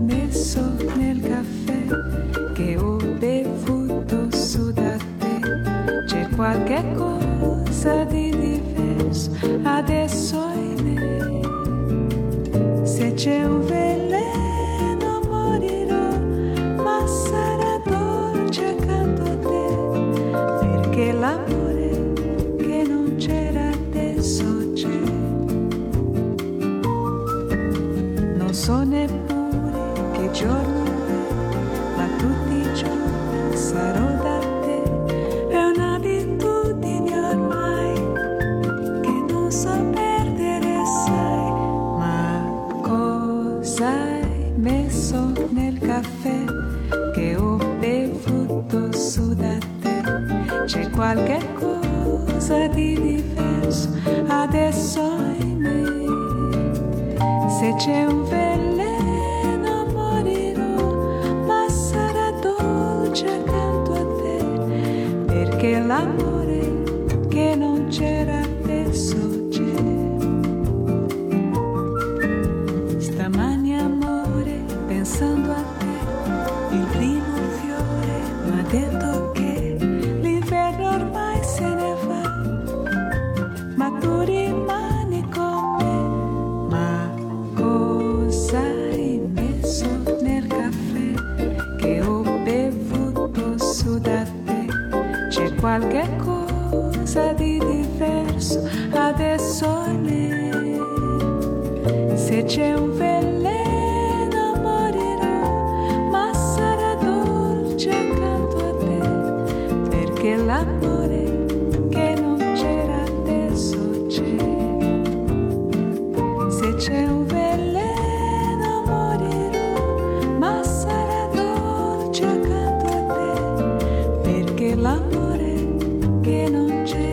messo nel caffè che ho bevuto su da te. C'è qualche cosa di diverso adesso in me. Se c'è un veleno morirò, ma sarà dolce accanto a te. Perché l'amore che non c'era adesso c'è. Non so neppure che giorno è, ma tutti i giorni sarò da te. È un'abitudine ormai che non so perdere, sai. Ma cosa hai messo nel caffè che ho bevuto su da te? C'è qualche cosa di diverso adesso in me. Se c'è un veleno morirò, ma sarà dolce accanto a te, perché l'amore che non c'era adesso c'è. Stamani amore, pensando a te, il primo fiore mi ha detto che l'inverno ormai se ne va, ma tu rimani con me. Ma cosa hai messo nel caffè che ho bevuto su da te? C'è qualche cosa di diverso adesso in me. Se c'è un veleno morirò, ma sarà dolce accanto a te, perché l'amore che non c'era adesso c'è. Se c'è un veleno morirò, ma sarà dolce accanto a te, perché l'amore che non c'era